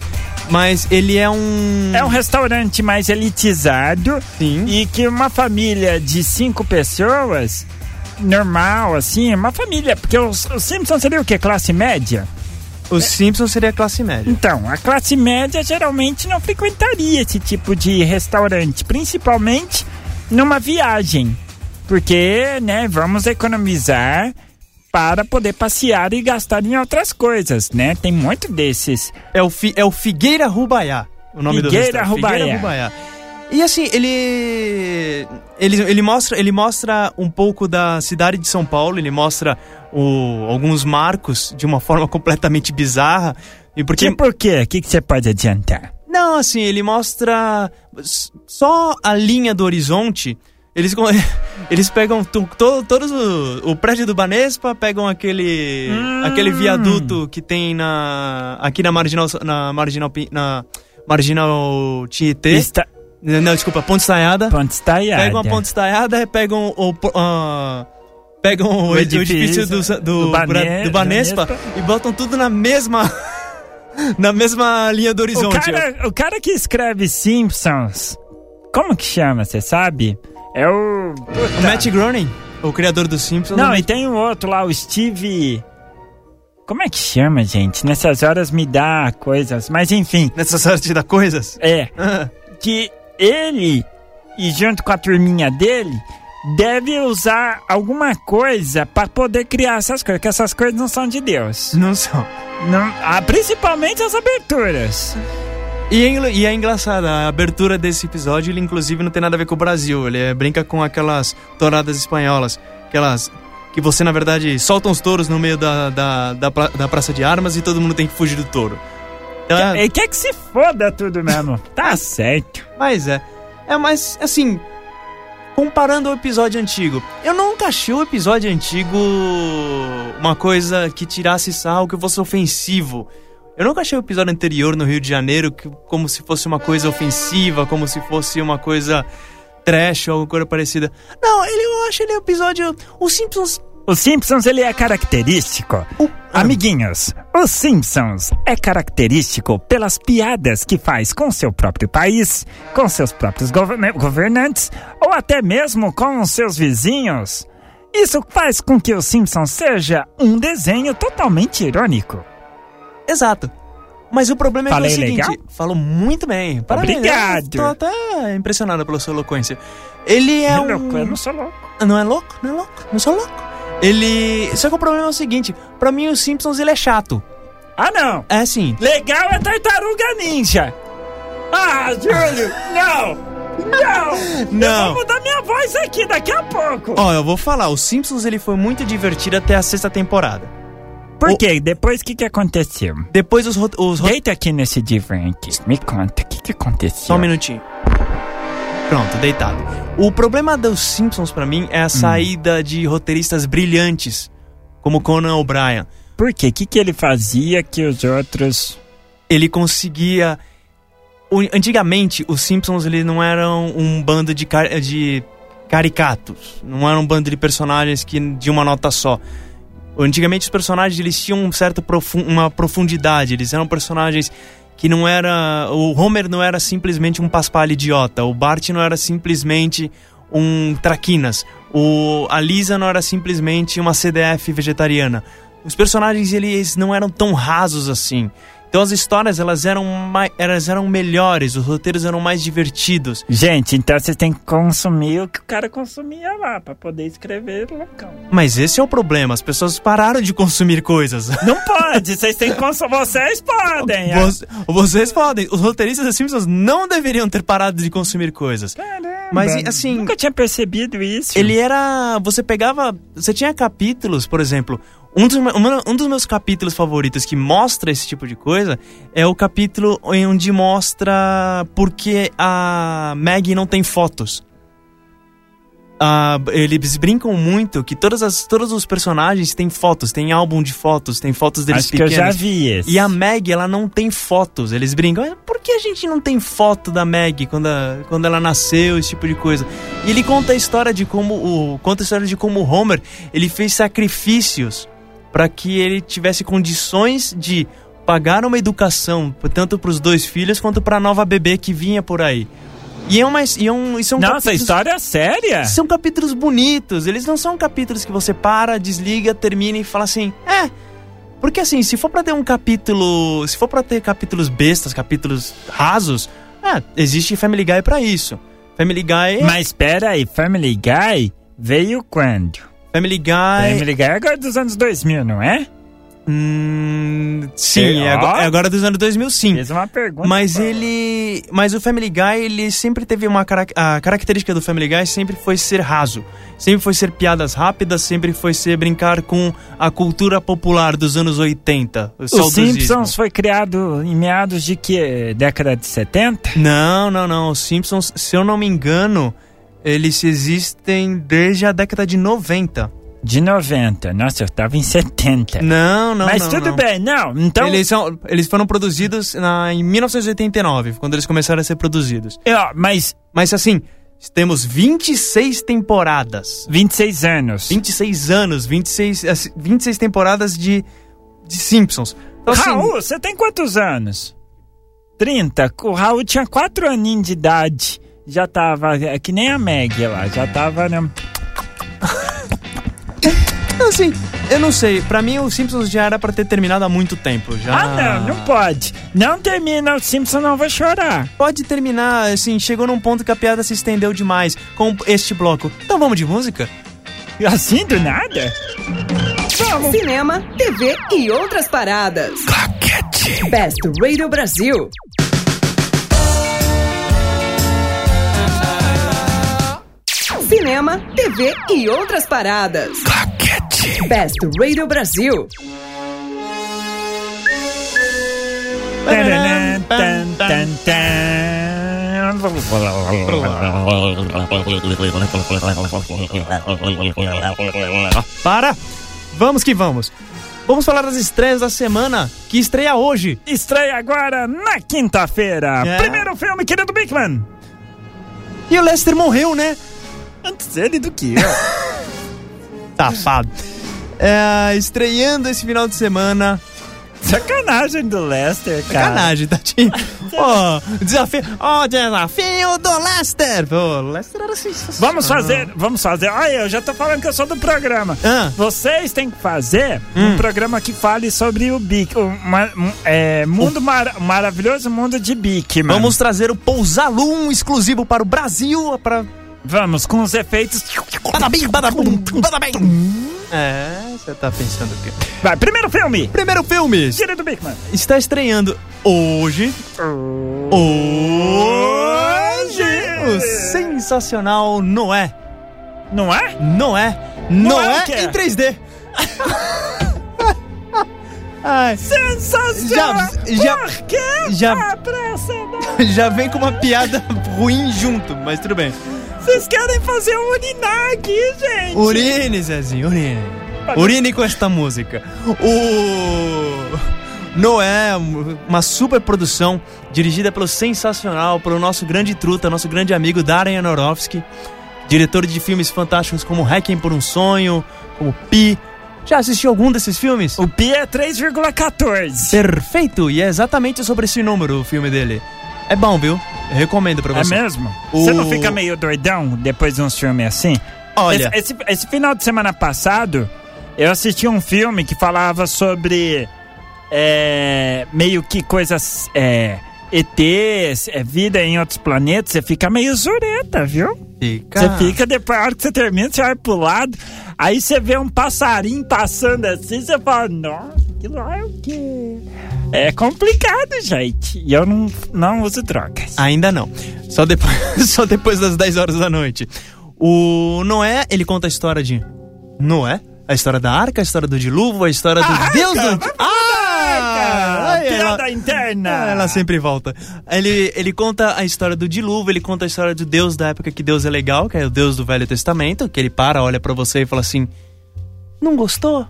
Speaker 1: Mas ele é um.
Speaker 5: É um restaurante mais elitizado
Speaker 1: Sim.
Speaker 5: e que uma família de cinco pessoas, normal, assim, uma família, porque os, os Simpsons seria o quê? Classe média?
Speaker 1: O Simpson seria classe média.
Speaker 5: Então, a classe média geralmente não frequentaria esse tipo de restaurante, principalmente numa viagem. Porque, né, vamos economizar para poder passear e gastar em outras coisas, né? Tem muito desses.
Speaker 1: É o, Fi- é o Figueira Rubaiá. O nome
Speaker 5: Figueira
Speaker 1: do restaurante. Figueira Rubaiá. E assim, ele, ele. Ele mostra ele mostra um pouco da cidade de São Paulo, ele mostra o- alguns marcos de uma forma completamente bizarra. E porque.
Speaker 5: Que por quê? Tipo O que que você pode adiantar?
Speaker 1: Não, assim, ele mostra s- só a linha do horizonte. Eles, co- eles pegam tu- to- todos o, o prédio do Banespa, pegam aquele
Speaker 5: Hum.
Speaker 1: aquele viaduto que tem na aqui na marginal na marginal Pi- na marginal Tietê.
Speaker 5: Está...
Speaker 1: Não, desculpa, Ponte Estaiada.
Speaker 5: Ponte estaiada.
Speaker 1: Pegam a Ponte Estaiada, pegam o po- ah, pegam o,
Speaker 5: O
Speaker 1: edifício,
Speaker 5: edifício
Speaker 1: do, sa- do,
Speaker 5: do Bane-
Speaker 1: Bra- do
Speaker 5: do
Speaker 1: Banespa
Speaker 5: Banespa.
Speaker 1: e botam tudo na mesma na mesma linha do
Speaker 5: O
Speaker 1: horizonte.
Speaker 5: cara, o cara que escreve Simpsons, como que chama, você sabe? É o...
Speaker 1: O Matt Groening, o criador do Simpsons.
Speaker 5: Não,
Speaker 1: é
Speaker 5: e tem um outro lá, o Steve. Como é que chama, gente? Nessas horas me dá coisas. Mas enfim,
Speaker 1: nessa sorte da coisas.
Speaker 5: é. Que ele, e junto com a turminha dele, deve usar alguma coisa para poder criar essas coisas, que essas coisas não são de Deus.
Speaker 1: Não são.
Speaker 5: Não- ah, principalmente as aberturas.
Speaker 1: E é, engra- e é engraçado, a abertura desse episódio, ele inclusive não tem nada a ver com o Brasil. Ele é- brinca com aquelas touradas espanholas, aquelas que você, na verdade, solta os touros no meio da, da, da, pra- da praça de armas e todo mundo tem que fugir do touro. Então, é-
Speaker 5: E quer que se foda tudo mesmo.
Speaker 1: Ah.
Speaker 5: tá certo.
Speaker 1: Mas é. É, mas assim. Comparando ao episódio antigo, eu nunca achei o episódio antigo uma coisa que tirasse sarro, que fosse ofensivo. Eu nunca achei o episódio anterior no Rio de Janeiro que, como se fosse uma coisa ofensiva, como se fosse uma coisa trash ou alguma coisa parecida. Não, ele, eu acho ele um episódio. O Simpsons.
Speaker 5: O Simpsons ele é característico.
Speaker 1: o-
Speaker 5: Amiguinhos, os Simpsons é característico pelas piadas que faz com seu próprio país, com seus próprios govern- governantes ou até mesmo com os seus vizinhos. Isso faz com que o Simpsons seja um desenho totalmente irônico.
Speaker 1: Exato. Mas o problema é, que é o
Speaker 5: Falei
Speaker 1: seguinte,
Speaker 5: legal?
Speaker 1: falou muito bem. Parabéns.
Speaker 5: Obrigado.
Speaker 1: Tô até impressionado pela sua eloquência. Ele é um...
Speaker 5: Louco, eu não sou louco.
Speaker 1: Não é louco? Não é louco? Não sou louco. Ele. Só que o problema é o seguinte: pra mim, o Simpsons ele é chato.
Speaker 5: Ah, não!
Speaker 1: É assim.
Speaker 5: Legal é Tartaruga Ninja! Ah, Júlio! não! Não! Eu
Speaker 1: Não.
Speaker 5: vou mudar minha voz aqui daqui a pouco!
Speaker 1: Ó, eu vou falar: o Simpsons ele foi muito divertido até a sexta temporada.
Speaker 5: Por quê? Depois o que, que aconteceu?
Speaker 1: Depois os. ro- os ro-
Speaker 5: Deita aqui nesse divã aqui. Me conta, o que, que aconteceu?
Speaker 1: Só um minutinho. Pronto, deitado. O problema dos Simpsons pra mim é a saída de roteiristas brilhantes, como Conan O'Brien.
Speaker 5: Por quê? O que, que ele fazia que os outros...
Speaker 1: Ele conseguia. o- Antigamente, os Simpsons eles não eram um bando de, ca- de caricatos. Não era um bando de personagens que de uma nota só. Antigamente os personagens eles tinham um certo profu- uma profundidade. Eles eram personagens que não era o Homer não era simplesmente um paspalho idiota. O Bart não era simplesmente um traquinas. O a Lisa não era simplesmente uma CDF vegetariana. Os personagens eles não eram tão rasos assim. Então as histórias elas eram mai- elas eram melhores. Os roteiros eram mais divertidos.
Speaker 5: Gente, então vocês têm que consumir o que o cara consumia lá, pra poder escrever loucão.
Speaker 1: Mas esse é o problema, as pessoas pararam de consumir coisas.
Speaker 5: Não pode, vocês têm que consumir, vocês podem. é.
Speaker 1: Vo- Vocês podem, os roteiristas das Simpsons não deveriam ter parado de consumir coisas.
Speaker 5: Ah, Caramba,
Speaker 1: Mas, e, assim-
Speaker 5: É, Nunca tinha percebido isso.
Speaker 1: Ele era. Você pegava. Você tinha capítulos, por exemplo. Um dos, me- uma- um dos meus capítulos favoritos que mostra esse tipo de coisa é o capítulo em onde mostra por que a Maggie não tem fotos. Ah, eles brincam muito que todas as, todos os personagens têm fotos, tem álbum de fotos, tem fotos deles
Speaker 5: Acho que eu
Speaker 1: pequenos.
Speaker 5: já vi esse.
Speaker 1: E a Meg, ela não tem fotos. Eles brincam, "Ah, por que a gente não tem foto da Meg quando, a- quando ela nasceu, esse tipo de coisa? E ele conta a história de como o conta a história de como o Homer, ele fez sacrifícios para que ele tivesse condições de pagar uma educação tanto para os dois filhos quanto para a nova bebê que vinha por aí. E é uma e é um, e são
Speaker 5: Nossa,
Speaker 1: capítulos-
Speaker 5: história é séria?
Speaker 1: são capítulos bonitos, eles não são capítulos que você para, desliga, termina e fala assim, é. Porque assim, se for pra ter um capítulo. Se for pra ter capítulos bestas, capítulos rasos, é, existe Family Guy pra isso. Family Guy.
Speaker 5: Mas espera aí, Family Guy veio quando?
Speaker 1: Family Guy.
Speaker 5: Family Guy é agora dos anos 2000, não é?
Speaker 1: Hum, sim, é,
Speaker 5: Ó.
Speaker 1: agora, é agora dos anos 2000, sim.
Speaker 5: Fez uma pergunta.
Speaker 1: Mas
Speaker 5: pô.
Speaker 1: ele. Mas o Family Guy, ele sempre teve uma. carac- A característica do Family Guy sempre foi ser raso. Sempre foi ser piadas rápidas, sempre foi ser brincar com a cultura popular dos anos 80. O,
Speaker 5: O
Speaker 1: saudosismo.
Speaker 5: Simpsons foi criado em meados de que década de 70?
Speaker 1: Não, não, não. Os Simpsons, se eu não me engano, eles existem desde a década de 90.
Speaker 5: De 90. Nossa, eu tava em 70.
Speaker 1: Não, não,
Speaker 5: É. Mas
Speaker 1: não,
Speaker 5: tudo
Speaker 1: não.
Speaker 5: bem, não. Então,
Speaker 1: Eles, são, eles foram produzidos na, em 1989, quando eles começaram a ser produzidos.
Speaker 5: ó, mas
Speaker 1: Mas assim, temos 26 temporadas.
Speaker 5: 26 anos.
Speaker 1: Então, 26 anos, 26, assim, 26 temporadas de, de Simpsons. Então, assim,
Speaker 5: Raul, você tem quantos anos? 30. O Raul tinha 4 aninhos de idade. Já tava, é que nem a Meg lá, já tava, né?
Speaker 1: então, assim, Eu não sei, pra mim o Simpsons já era pra ter terminado há muito tempo. Já...
Speaker 5: Ah, não, não pode. Não termina o Simpson, não vou chorar.
Speaker 1: Pode terminar, assim, chegou num ponto que a piada se estendeu demais com este bloco. Então vamos de música?
Speaker 5: Assim do nada? Vamos.
Speaker 3: Cinema, TV e outras paradas.
Speaker 4: Claquete.
Speaker 3: Best Radio Brasil. Cinema, TV e outras paradas.
Speaker 4: Claquete.
Speaker 3: Best Radio Brasil.
Speaker 5: Tararam, tan, tan, tan.
Speaker 1: Para! Vamos que vamos! Vamos falar das estreias da semana que estreia hoje.
Speaker 5: Estreia agora na quinta-feira.
Speaker 1: É.
Speaker 5: Primeiro filme, querido Bigman.
Speaker 1: E o Lester morreu, né?
Speaker 5: Antes dele do que eu.
Speaker 1: Tapado. Tá, É, estreando esse final de semana.
Speaker 5: Sacanagem do Lester, cara.
Speaker 1: Sacanagem, Tatinho. Ó, desafio. Ó, desafio do Lester. Pô, o Lester era sensacional.
Speaker 5: Vamos fazer, vamos fazer. Olha, eu já tô falando que eu sou do programa.
Speaker 1: Ah.
Speaker 5: Vocês têm que fazer
Speaker 1: Hum.
Speaker 5: um programa que fale sobre o Bic. O ma- um, é, mundo mara- maravilhoso mundo de Bic, mano.
Speaker 1: Vamos trazer o Pousalum exclusivo para o Brasil. Para.
Speaker 5: Vamos, com os efeitos.
Speaker 1: Badabim, badabum, badabim. É, você tá pensando o quê?
Speaker 5: Vai, primeiro filme!
Speaker 1: Primeiro filme
Speaker 5: Gira do Bigman.
Speaker 1: está estreando hoje. Hoje. O sensacional Noé.
Speaker 5: Não é?
Speaker 1: Noé.
Speaker 5: Noé
Speaker 1: Noé
Speaker 5: o quê?
Speaker 1: em 3D. Ai,
Speaker 5: Sensacional!
Speaker 1: Já- já-
Speaker 5: Por que tá
Speaker 1: já-
Speaker 5: a pressa não?
Speaker 1: já vem com uma piada ruim junto, mas tudo bem.
Speaker 5: Vocês querem fazer um urinar aqui, gente?
Speaker 1: Urine, Zezinho, urine. Urine com esta música. O Noé, uma super produção dirigida pelo sensacional, pelo nosso grande truta, nosso grande amigo Darren Aronofsky, diretor de filmes fantásticos como Hacking por um Sonho, como Pi. Já assistiu algum desses filmes?
Speaker 5: O Pi é 3,14.
Speaker 1: Perfeito! E é exatamente sobre esse número o filme dele. É bom, viu? Eu recomendo pra
Speaker 5: É
Speaker 1: você.
Speaker 5: mesmo? Você não
Speaker 1: O-
Speaker 5: fica meio doidão depois de uns filmes assim?
Speaker 1: Olha,
Speaker 5: Esse, esse- esse final de semana passado, eu assisti um filme que falava sobre. é, meio que coisas. É, ETs, é, vida em outros planetas, você fica meio zureta, viu?
Speaker 1: fica...
Speaker 5: Você fica, depois, a hora que você termina, você olha pro lado, aí você vê um passarinho passando assim, você fala, nossa, que lá é o quê? É complicado, gente. E eu não, não uso drogas.
Speaker 1: Ainda não. Só depois, só depois das 10 horas da noite. O Noé, ele conta a história de Noé, a história da arca, a história do dilúvio, a história do
Speaker 5: arca!
Speaker 1: Deus
Speaker 5: Vai
Speaker 1: do...
Speaker 5: pra
Speaker 1: Ah!
Speaker 5: Ah,
Speaker 1: Ai, ela-
Speaker 5: piada interna!
Speaker 1: ah, Ela sempre volta. Ele, ele conta a história do dilúvio, ele conta a história do Deus da época que Deus é legal, que é o Deus do Velho Testamento, que ele para, olha pra você e fala assim: Não gostou?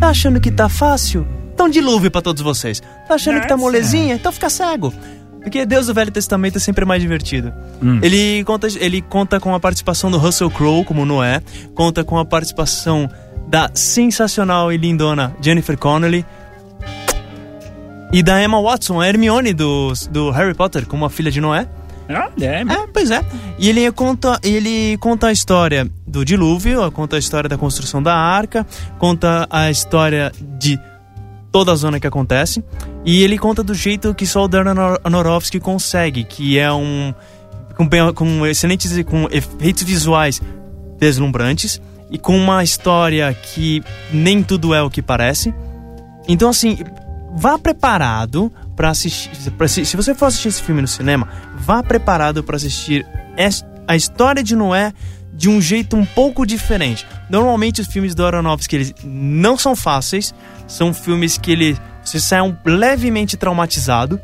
Speaker 1: Tá achando que tá fácil? Então dilúvio pra todos vocês. Tá achando que tá
Speaker 5: Nossa.
Speaker 1: molezinha? Então fica cego. Porque Deus do Velho Testamento é sempre mais divertido. Ele, conta, ele conta com a participação do Russell Crowe, como Noé. Conta com a participação da sensacional e lindona Jennifer Connelly. E da Emma Watson, a Hermione do, do Harry Potter, como a filha de Noé.
Speaker 5: Olha, é
Speaker 1: É, pois é. E ele conta, ele conta a história do dilúvio, conta a história da construção da arca, conta a história de toda a zona que acontece. E ele conta do jeito que só o Darren Anor- Aronofsky consegue, que é um com, bem- com excelentes com efeitos visuais deslumbrantes e com uma história que nem tudo é o que parece. Então assim, vá preparado pra assistir, pra assi- se você for assistir esse filme no cinema, vá preparado pra assistir es- a história de Noé de um jeito um pouco diferente. Normalmente os filmes do Aronofsky eles não são fáceis, são filmes que ele você sai um levemente traumatizado,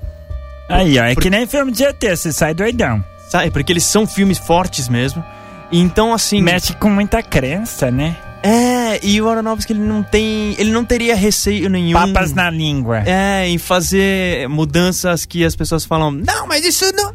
Speaker 5: Aí, ó, é que nem filme de ET, você sai doidão.
Speaker 1: sabe? Porque eles são filmes fortes mesmo. Então assim,
Speaker 5: Mexe com muita crença, né?
Speaker 1: é, e o Aronofsky ele não tem, ele não teria receio nenhum.
Speaker 5: Papas na língua.
Speaker 1: um É, em fazer mudanças que as pessoas falam, não, mas isso não.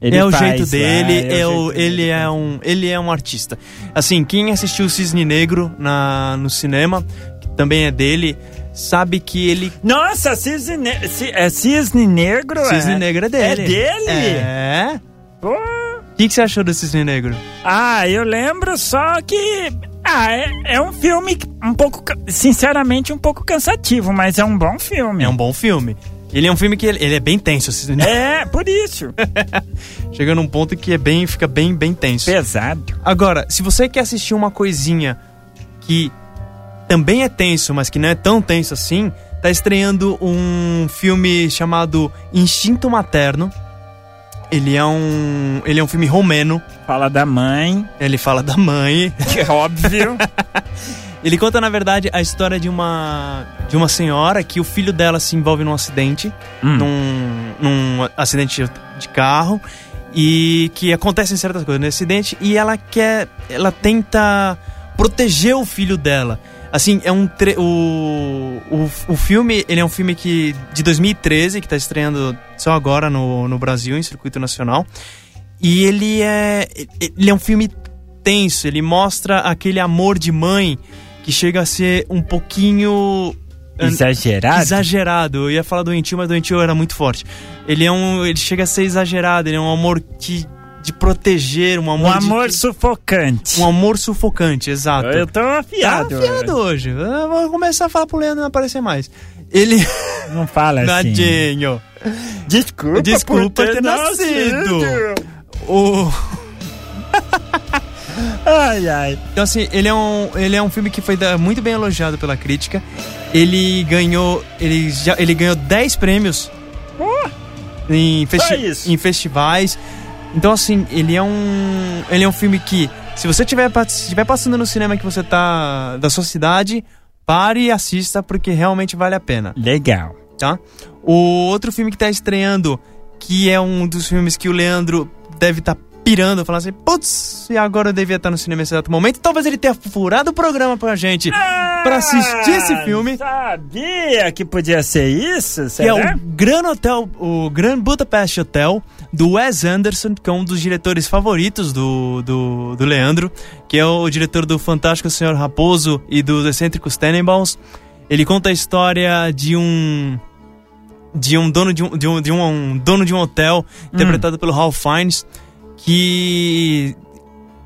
Speaker 1: é o
Speaker 5: faz,
Speaker 1: jeito dele,
Speaker 5: ah,
Speaker 1: é o-
Speaker 5: jeito
Speaker 1: ele
Speaker 5: dele.
Speaker 1: é um, ele é um artista. Assim, quem assistiu Cisne Negro na, no cinema, que também é dele, sabe que ele
Speaker 5: Nossa, cisne, ne- ci- é cisne negro?
Speaker 1: Cisne
Speaker 5: é?
Speaker 1: Negro é dele.
Speaker 5: É dele?
Speaker 1: É.
Speaker 5: Pô.
Speaker 1: O que, que você achou do Cisne Negro?
Speaker 5: Ah, eu lembro só que Ah, é, é um filme que- um pouco, ca- sinceramente, um pouco cansativo, mas é um bom filme.
Speaker 1: É um bom filme. Ele é um filme que ele, ele é bem tenso. se-
Speaker 5: É, por isso.
Speaker 1: Chega num ponto que é bem, fica bem, bem tenso.
Speaker 5: Pesado.
Speaker 1: Agora, se você quer assistir uma coisinha que também é tenso, mas que não é tão tenso assim, tá estreando um filme chamado Instinto Materno. Ele é um, ele é um filme romeno.
Speaker 5: Fala da mãe,
Speaker 1: Ele fala da mãe.
Speaker 5: que é óbvio.
Speaker 1: Ele conta na verdade a história de uma de uma senhora que o filho dela se envolve num acidente,
Speaker 5: Hum.
Speaker 1: num, num acidente de carro e que acontecem certas coisas nesse acidente e ela quer, ela tenta proteger o filho dela. Assim, é um tre- o, o, o filme, ele é um filme que de 2013 que tá estreando só agora no, no Brasil em circuito nacional. E ele é ele é um filme tenso, ele mostra aquele amor de mãe que chega a ser um pouquinho
Speaker 5: Exagerado.
Speaker 1: exagerado. Eu ia falar doentio, mas doentio era muito forte. Ele é um ele chega a ser exagerado, ele é um amor que de proteger, um
Speaker 5: um
Speaker 1: amor de-
Speaker 5: amor sufocante.
Speaker 1: um amor sufocante, exato.
Speaker 5: Eu tô
Speaker 1: Tá
Speaker 5: afiado.
Speaker 1: afiado hoje. Eu vou começar a falar pro Leandro não aparecer mais. Ele.
Speaker 5: Não fala assim.
Speaker 1: Tadinho.
Speaker 5: Desculpa,
Speaker 1: Desculpa ter nascido. O.
Speaker 5: Ai, ai.
Speaker 1: Então, assim, ele é um, ele é um filme que foi da- muito bem elogiado pela crítica. Ele ganhou. Ele, já, ele ganhou 10 prêmios em, festi-
Speaker 5: só isso.
Speaker 1: em festivais. Então, assim, ele é um. Ele é um filme que. Se você estiver tiver passando no cinema que você tá. da sua cidade, pare e assista, porque realmente vale a pena
Speaker 5: Legal.
Speaker 1: tá? O outro filme que tá estreando, que é um dos filmes que o Leandro deve estar pirando, falando assim, putz, e agora eu devia estar no cinema nesse exato momento. Talvez ele tenha furado o programa pra gente
Speaker 5: É.
Speaker 1: pra assistir esse filme,
Speaker 5: Ah, Sabia que podia ser isso?
Speaker 1: que é
Speaker 5: Será?
Speaker 1: o Gran Hotel, o Gran Budapest Hotel, do Wes Anderson, que é um dos diretores favoritos do, do, do Leandro, que é o diretor do Fantástico Senhor Raposo e dos Excêntricos Tenenbaums. Ele conta a história de um de um dono de um, de um, de um, um dono de um hotel interpretado pelo Ralph Fiennes que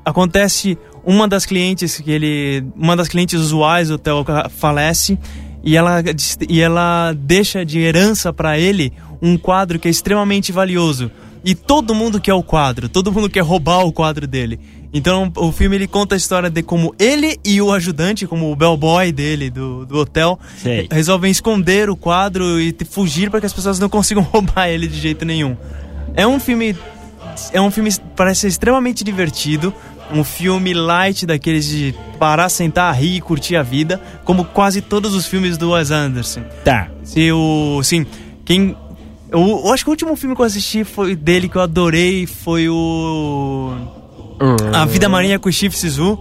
Speaker 1: acontece uma das clientes que ele uma das clientes usuais do hotel ca- falece e ela dis- e ela deixa de herança pra ele um quadro que é extremamente valioso e todo mundo quer o quadro todo mundo quer roubar o quadro dele então o filme ele conta a história de como ele e o ajudante como o bellboy dele do, do hotel
Speaker 5: Sei.
Speaker 1: resolvem esconder o quadro e te- fugir para que as pessoas não consigam roubar ele de jeito nenhum. É um filme é um filme parece ser extremamente divertido, um filme light daqueles de parar, sentar, rir e curtir a vida, como quase todos os filmes do Wes Anderson.
Speaker 5: Tá.
Speaker 1: Se o sim, quem eu, eu acho que o último filme que eu assisti foi dele que eu adorei foi o A Vida Marinha com o Steve Sisu.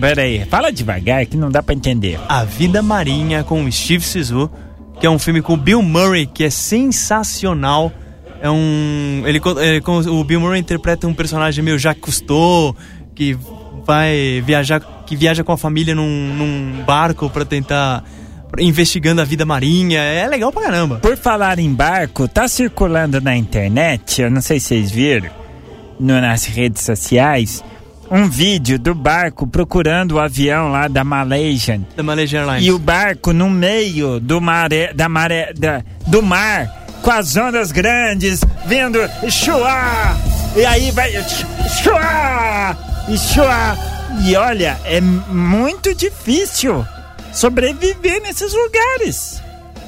Speaker 5: Pera aí. Fala devagar que não dá pra entender.
Speaker 1: A Vida Marinha com o Steve Sisu, que é um filme com o Bill Murray que é sensacional. É um, ele, co- ele co- o Bill Murray interpreta um personagem meio Jacques Cousteau que vai viajar, que viaja com a família num, num barco pra tentar investigando a vida marinha. É legal pra caramba.
Speaker 5: Por falar em barco, tá circulando na internet, eu não sei se vocês viram, no- nas redes sociais, um vídeo do barco procurando o avião lá da Malaysian.
Speaker 1: Da Malaysia Airlines.
Speaker 5: E o barco no meio do maré, da maré, da- do mar, com as ondas grandes, vindo chuar. E aí vai chu- chuar e chuar. E olha, é muito difícil sobreviver nesses lugares.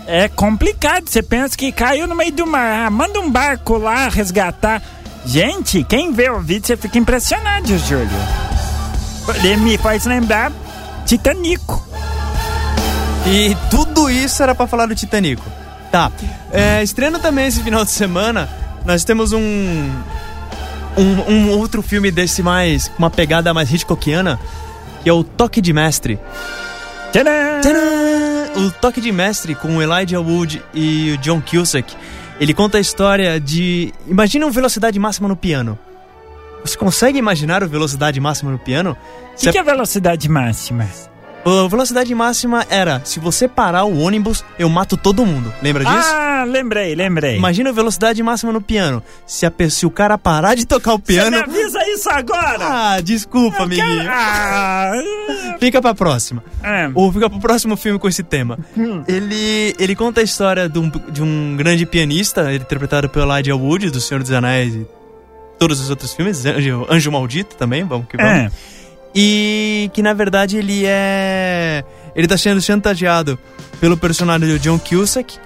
Speaker 5: É complicado. Você pensa que caiu no meio do mar. Ah, manda um barco lá resgatar. Gente, quem vê o vídeo, você fica impressionado, Júlio. Ele me faz lembrar Titanico.
Speaker 1: E tudo isso era pra falar do Titanico. Tá. É, estreando também esse final de semana, nós temos um, um. um outro filme desse mais. com uma pegada mais Hitchcockiana, que é o Toque de Mestre.
Speaker 5: Tcharam!
Speaker 1: Tcharam! O Toque de Mestre com o Elijah Wood e o John Cusack. Ele conta a história de. Imagina um velocidade máxima no piano. Você consegue imaginar o velocidade máxima no piano?
Speaker 5: O que, que é velocidade é máxima?
Speaker 1: A velocidade máxima era: se você parar o ônibus, eu mato todo mundo. Lembra disso?
Speaker 5: Ah, lembrei, lembrei.
Speaker 1: Imagina a velocidade máxima no piano. Se, a pe- se o cara parar de tocar o
Speaker 5: Você me
Speaker 1: piano.
Speaker 5: avisa isso agora?
Speaker 1: Ah, desculpa,
Speaker 5: é Eu quero-
Speaker 1: amiguinho.
Speaker 5: Ah,
Speaker 1: Fica pra próxima.
Speaker 5: é.
Speaker 1: Ou fica pro próximo filme com esse tema.
Speaker 5: Hum.
Speaker 1: Ele, ele conta a história de um, de um grande pianista, ele interpretado pelo Elijah Wood, do Senhor dos Anéis e todos os outros filmes, Anjo, Anjo Maldito também, vamos que vamos.
Speaker 5: É.
Speaker 1: E que na verdade ele é. Ele tá sendo chantageado pelo personagem do John Cusack,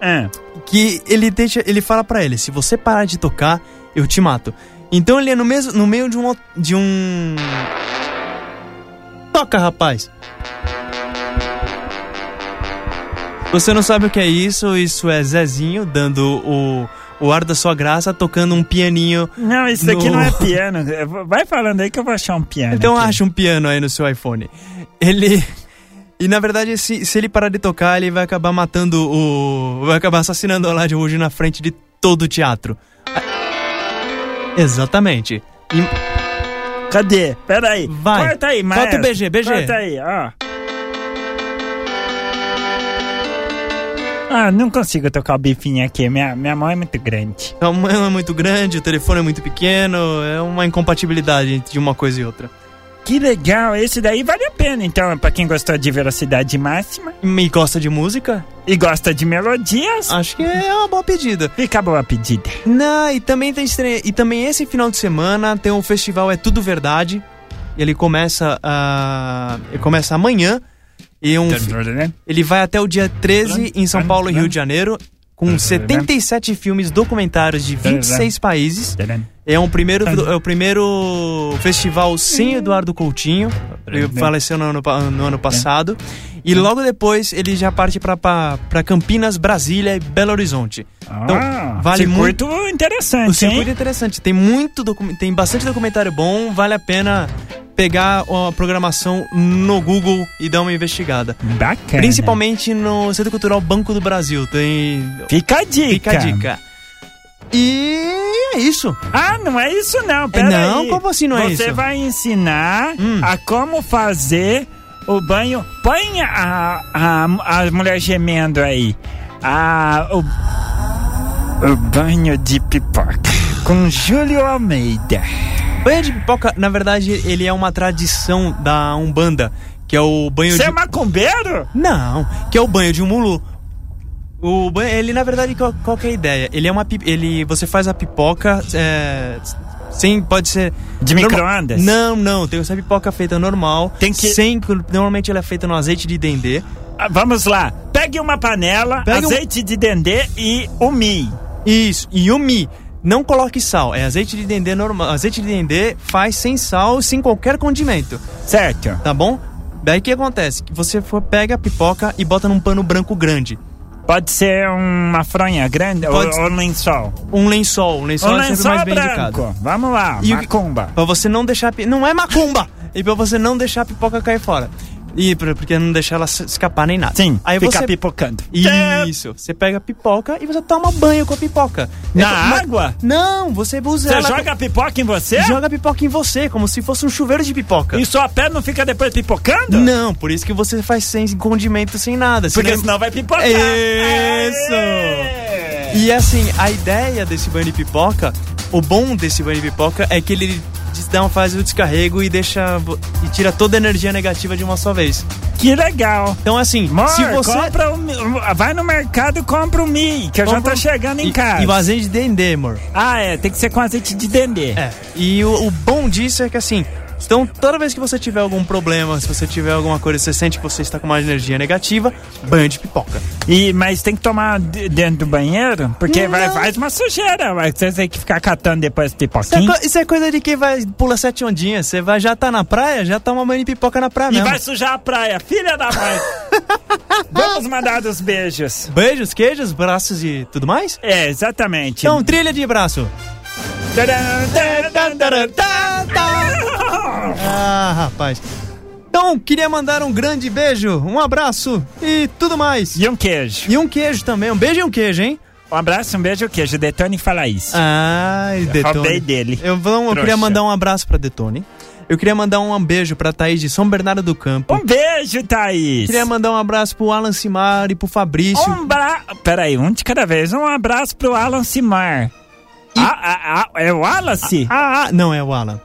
Speaker 5: é.
Speaker 1: que ele deixa. Ele fala pra ele: se você parar de tocar, eu te mato. Então ele é no, mesmo, no meio de um. al- de um. Toca, rapaz! Você não sabe o que é isso? Isso é Zezinho dando o, o ar da sua graça, tocando um pianinho.
Speaker 5: Não, isso daqui
Speaker 1: No-
Speaker 5: não é piano. Vai falando aí que eu vou achar um piano.
Speaker 1: Então
Speaker 5: aqui.
Speaker 1: acha um piano aí no seu iPhone. Ele. E na verdade, se, se ele parar de tocar, ele vai acabar matando o. Vai acabar assassinando o Elijah Wood na frente de todo o teatro. Ah, Exatamente. E-
Speaker 5: Cadê? Pera aí.
Speaker 1: Vai.
Speaker 5: Corta aí,
Speaker 1: Corta o
Speaker 5: maestro.
Speaker 1: BG, BG.
Speaker 5: Corta aí, ó. Ah, não consigo tocar o bifinho aqui. Minha, minha mão é muito grande.
Speaker 1: A mão é muito grande, o telefone é muito pequeno, é uma incompatibilidade entre uma coisa e outra.
Speaker 5: Que legal. Esse daí vale a pena, então, pra quem gostou de velocidade máxima
Speaker 1: E gosta de música?
Speaker 5: e gosta de melodias.
Speaker 1: Acho que é uma boa pedida.
Speaker 5: Fica boa a pedida.
Speaker 1: Não, e também tem estre... e também esse final de semana tem o festival É Tudo Verdade. Ele começa a ele começa amanhã e é um ele vai até o dia 13 em São Paulo e Rio de Janeiro com 77 filmes documentários de 26 países. É um primeiro é o primeiro festival sem Eduardo Coutinho. Ele faleceu no ano, pa- no ano passado. E logo depois ele já parte pra- pra pra Campinas, Brasília e Belo Horizonte. Então,
Speaker 5: Ah,
Speaker 1: vale muito
Speaker 5: circuito interessante,
Speaker 1: o circuito é
Speaker 5: hein?
Speaker 1: interessante, tem muito docu- tem bastante documentário bom, vale a pena pegar a programação no Google e dar uma investigada.
Speaker 5: É, Bacana.
Speaker 1: Principalmente no Centro Cultural Banco do Brasil, tem
Speaker 5: Fica a dica.
Speaker 1: fica a dica. E é isso.
Speaker 5: Ah, não é isso não, pera
Speaker 1: não,
Speaker 5: aí.
Speaker 1: como assim não é
Speaker 5: Você
Speaker 1: isso?
Speaker 5: vai ensinar
Speaker 1: Hum.
Speaker 5: a como fazer o banho... Põe a, a, a mulher gemendo aí. A, o, o banho de pipoca. Com Júlio Almeida.
Speaker 1: Banho de pipoca, na verdade, ele é uma tradição da Umbanda, que é o banho
Speaker 5: Você
Speaker 1: de
Speaker 5: é macumbeiro?
Speaker 1: Não, que é o banho de um mulu. O banho, ele na verdade qual, qual que é a ideia? Ele é uma pi- ele você faz a pipoca é, sem pode ser
Speaker 5: De
Speaker 1: norma-
Speaker 5: micro-ondas?
Speaker 1: Não, não, tem essa pipoca feita normal,
Speaker 5: Tem que-
Speaker 1: sem normalmente ela é feita no azeite de dendê.
Speaker 5: Ah, Vamos lá. Pegue uma panela,
Speaker 1: Pega um-
Speaker 5: azeite de dendê e um o mi.
Speaker 1: Isso, e o mi não coloque sal, é azeite de dendê normal. Azeite de dendê faz sem sal, sem qualquer condimento.
Speaker 5: Certo.
Speaker 1: tá bom? Daí o que acontece? Que Você for- pega a pipoca e bota num pano branco grande.
Speaker 5: Pode ser uma fronha grande
Speaker 1: Pode-
Speaker 5: ou, ou um lençol.
Speaker 1: Um lençol, um lençol
Speaker 5: um
Speaker 1: é sempre
Speaker 5: lençol
Speaker 1: mais bem indicado.
Speaker 5: branco. Vamos lá,
Speaker 1: E o que-
Speaker 5: macumba.
Speaker 1: Pra você não deixar. a pi- Não é macumba! E pra você não deixar a pipoca cair fora. E pra- porque não deixar ela se- escapar nem nada.
Speaker 5: Sim,
Speaker 1: Aí
Speaker 5: fica
Speaker 1: você.
Speaker 5: pipocando.
Speaker 1: Isso. Você pega a pipoca e você toma banho com a pipoca. É
Speaker 5: Na
Speaker 1: co- ma-
Speaker 5: água?
Speaker 1: Não, você usa
Speaker 5: Você
Speaker 1: ela.
Speaker 5: joga a pipoca em você?
Speaker 1: joga a pipoca em você, como se fosse um chuveiro de pipoca.
Speaker 5: E sua pele não fica depois pipocando?
Speaker 1: Não, por isso que você faz sem condimento, sem nada. Você
Speaker 5: Porque
Speaker 1: nem-
Speaker 5: senão vai pipocar.
Speaker 1: Isso.
Speaker 5: Aê!
Speaker 1: E assim, a ideia desse banho de pipoca, o bom desse banho de pipoca é que ele des- dá uma fase do descarrego e deixa vo- e tira toda a energia negativa de uma só vez.
Speaker 5: Que legal.
Speaker 1: Então assim,
Speaker 5: Mor,
Speaker 1: se você
Speaker 5: compra um, mi- um- vai no mercado e compra um mi, que eu já
Speaker 1: Compra
Speaker 5: tô
Speaker 1: um-
Speaker 5: chegando em
Speaker 1: e,
Speaker 5: casa.
Speaker 1: E o azeite de dendê, amor.
Speaker 5: Ah, é, tem que ser com azeite de dendê.
Speaker 1: É. E o, o bom disso é que assim, então toda vez que você tiver algum problema, se você tiver alguma coisa, você sente que você está com uma energia negativa, banho de pipoca.
Speaker 5: E, mas tem que tomar de- dentro do banheiro, porque vai,
Speaker 1: Não.
Speaker 5: faz uma sujeira. vai- Você tem que ficar catando depois
Speaker 1: Isso é,
Speaker 5: pipoquinha.
Speaker 1: co- isso é coisa de quem vai pula sete ondinhas, você vai já tá na praia, já toma banho de pipoca na praia
Speaker 5: E
Speaker 1: mesmo.
Speaker 5: vai sujar a praia, filha da mãe. Vamos mandar os beijos.
Speaker 1: Beijos, queijos, braços e tudo mais?
Speaker 5: É, exatamente.
Speaker 1: Então, trilha de braço.
Speaker 5: Tcharam, tcharam, tcharam,
Speaker 1: Ah, rapaz. Então, queria mandar um grande beijo, um abraço e tudo mais.
Speaker 5: E um queijo.
Speaker 1: E um queijo também. Um beijo e um queijo, hein?
Speaker 5: Um abraço, um beijo, um queijo. Detone fala isso.
Speaker 1: Ah. Ai, Detone.
Speaker 5: roubei dele.
Speaker 1: Eu, vou- eu
Speaker 5: Trouxa.
Speaker 1: queria mandar um abraço pra Detone. Eu Eu queria mandar um beijo pra Thaís de São Bernardo do Campo.
Speaker 5: Um beijo, Thaís.
Speaker 1: Queria mandar um abraço pro Alan Simar e pro Fabrício.
Speaker 5: Um bra... Peraí, um de cada vez. Um abraço pro Alan Simar. Ah, ah, ah, é o Wallace?
Speaker 1: Ah, ah, não é o Alan.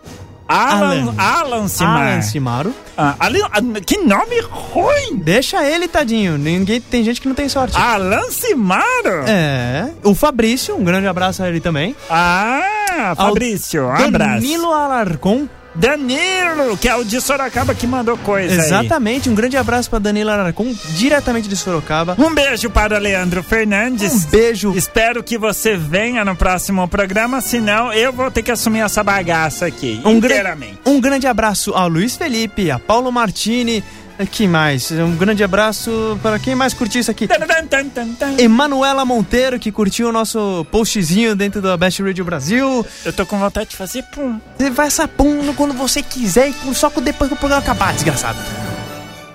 Speaker 5: Alan,
Speaker 1: Alan.
Speaker 5: Alan Simar.
Speaker 1: Alan Simaro.
Speaker 5: Ah, ali- ah, que nome ruim!
Speaker 1: Deixa ele, tadinho. Ninguém, tem gente que não tem sorte.
Speaker 5: Alan Simaro?
Speaker 1: É. O Fabrício, um grande abraço a ele também.
Speaker 5: Ah, Fabrício, um abraço.
Speaker 1: Danilo Alarcon.
Speaker 5: Danilo, que é o de Sorocaba que mandou coisa aí.
Speaker 1: Exatamente. Um grande abraço pra Danilo Alarcon, diretamente de Sorocaba.
Speaker 5: Um beijo para Leandro Fernandes.
Speaker 1: Um beijo.
Speaker 5: Espero que você venha no próximo programa, senão eu vou ter que assumir essa bagaça aqui,
Speaker 1: Um, gran-
Speaker 5: inteiramente.
Speaker 1: um grande abraço ao Luiz Felipe, a Paulo Martini. eh, Que mais? Um grande abraço para quem mais curtiu isso aqui.
Speaker 5: Tan, tan, tan, tan, tan.
Speaker 1: Emanuela Monteiro, que curtiu o nosso postzinho dentro da Best Radio Brasil.
Speaker 5: Eu tô com vontade de fazer pum.
Speaker 1: Você vai sapondo quando você quiser, e só que depois que o programa acabar, desgraçado.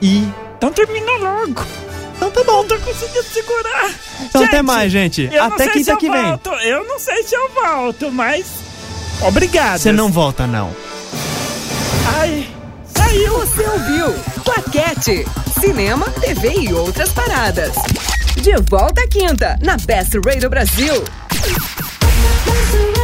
Speaker 1: E.
Speaker 5: Então termina logo.
Speaker 1: Então tá bom.
Speaker 5: Não tô conseguindo segurar.
Speaker 1: Então até mais, gente.
Speaker 5: eu não
Speaker 1: Até
Speaker 5: sei
Speaker 1: quinta
Speaker 5: se eu
Speaker 1: que vem.
Speaker 5: volto. Eu não sei se eu volto, mas. Obrigado.
Speaker 1: Você não volta, não.
Speaker 5: Ai, saiu.
Speaker 3: Você ouviu? Claquete. Cinema, TV e outras paradas. De volta à quinta, na Best Radio Brasil.
Speaker 2: Brasil.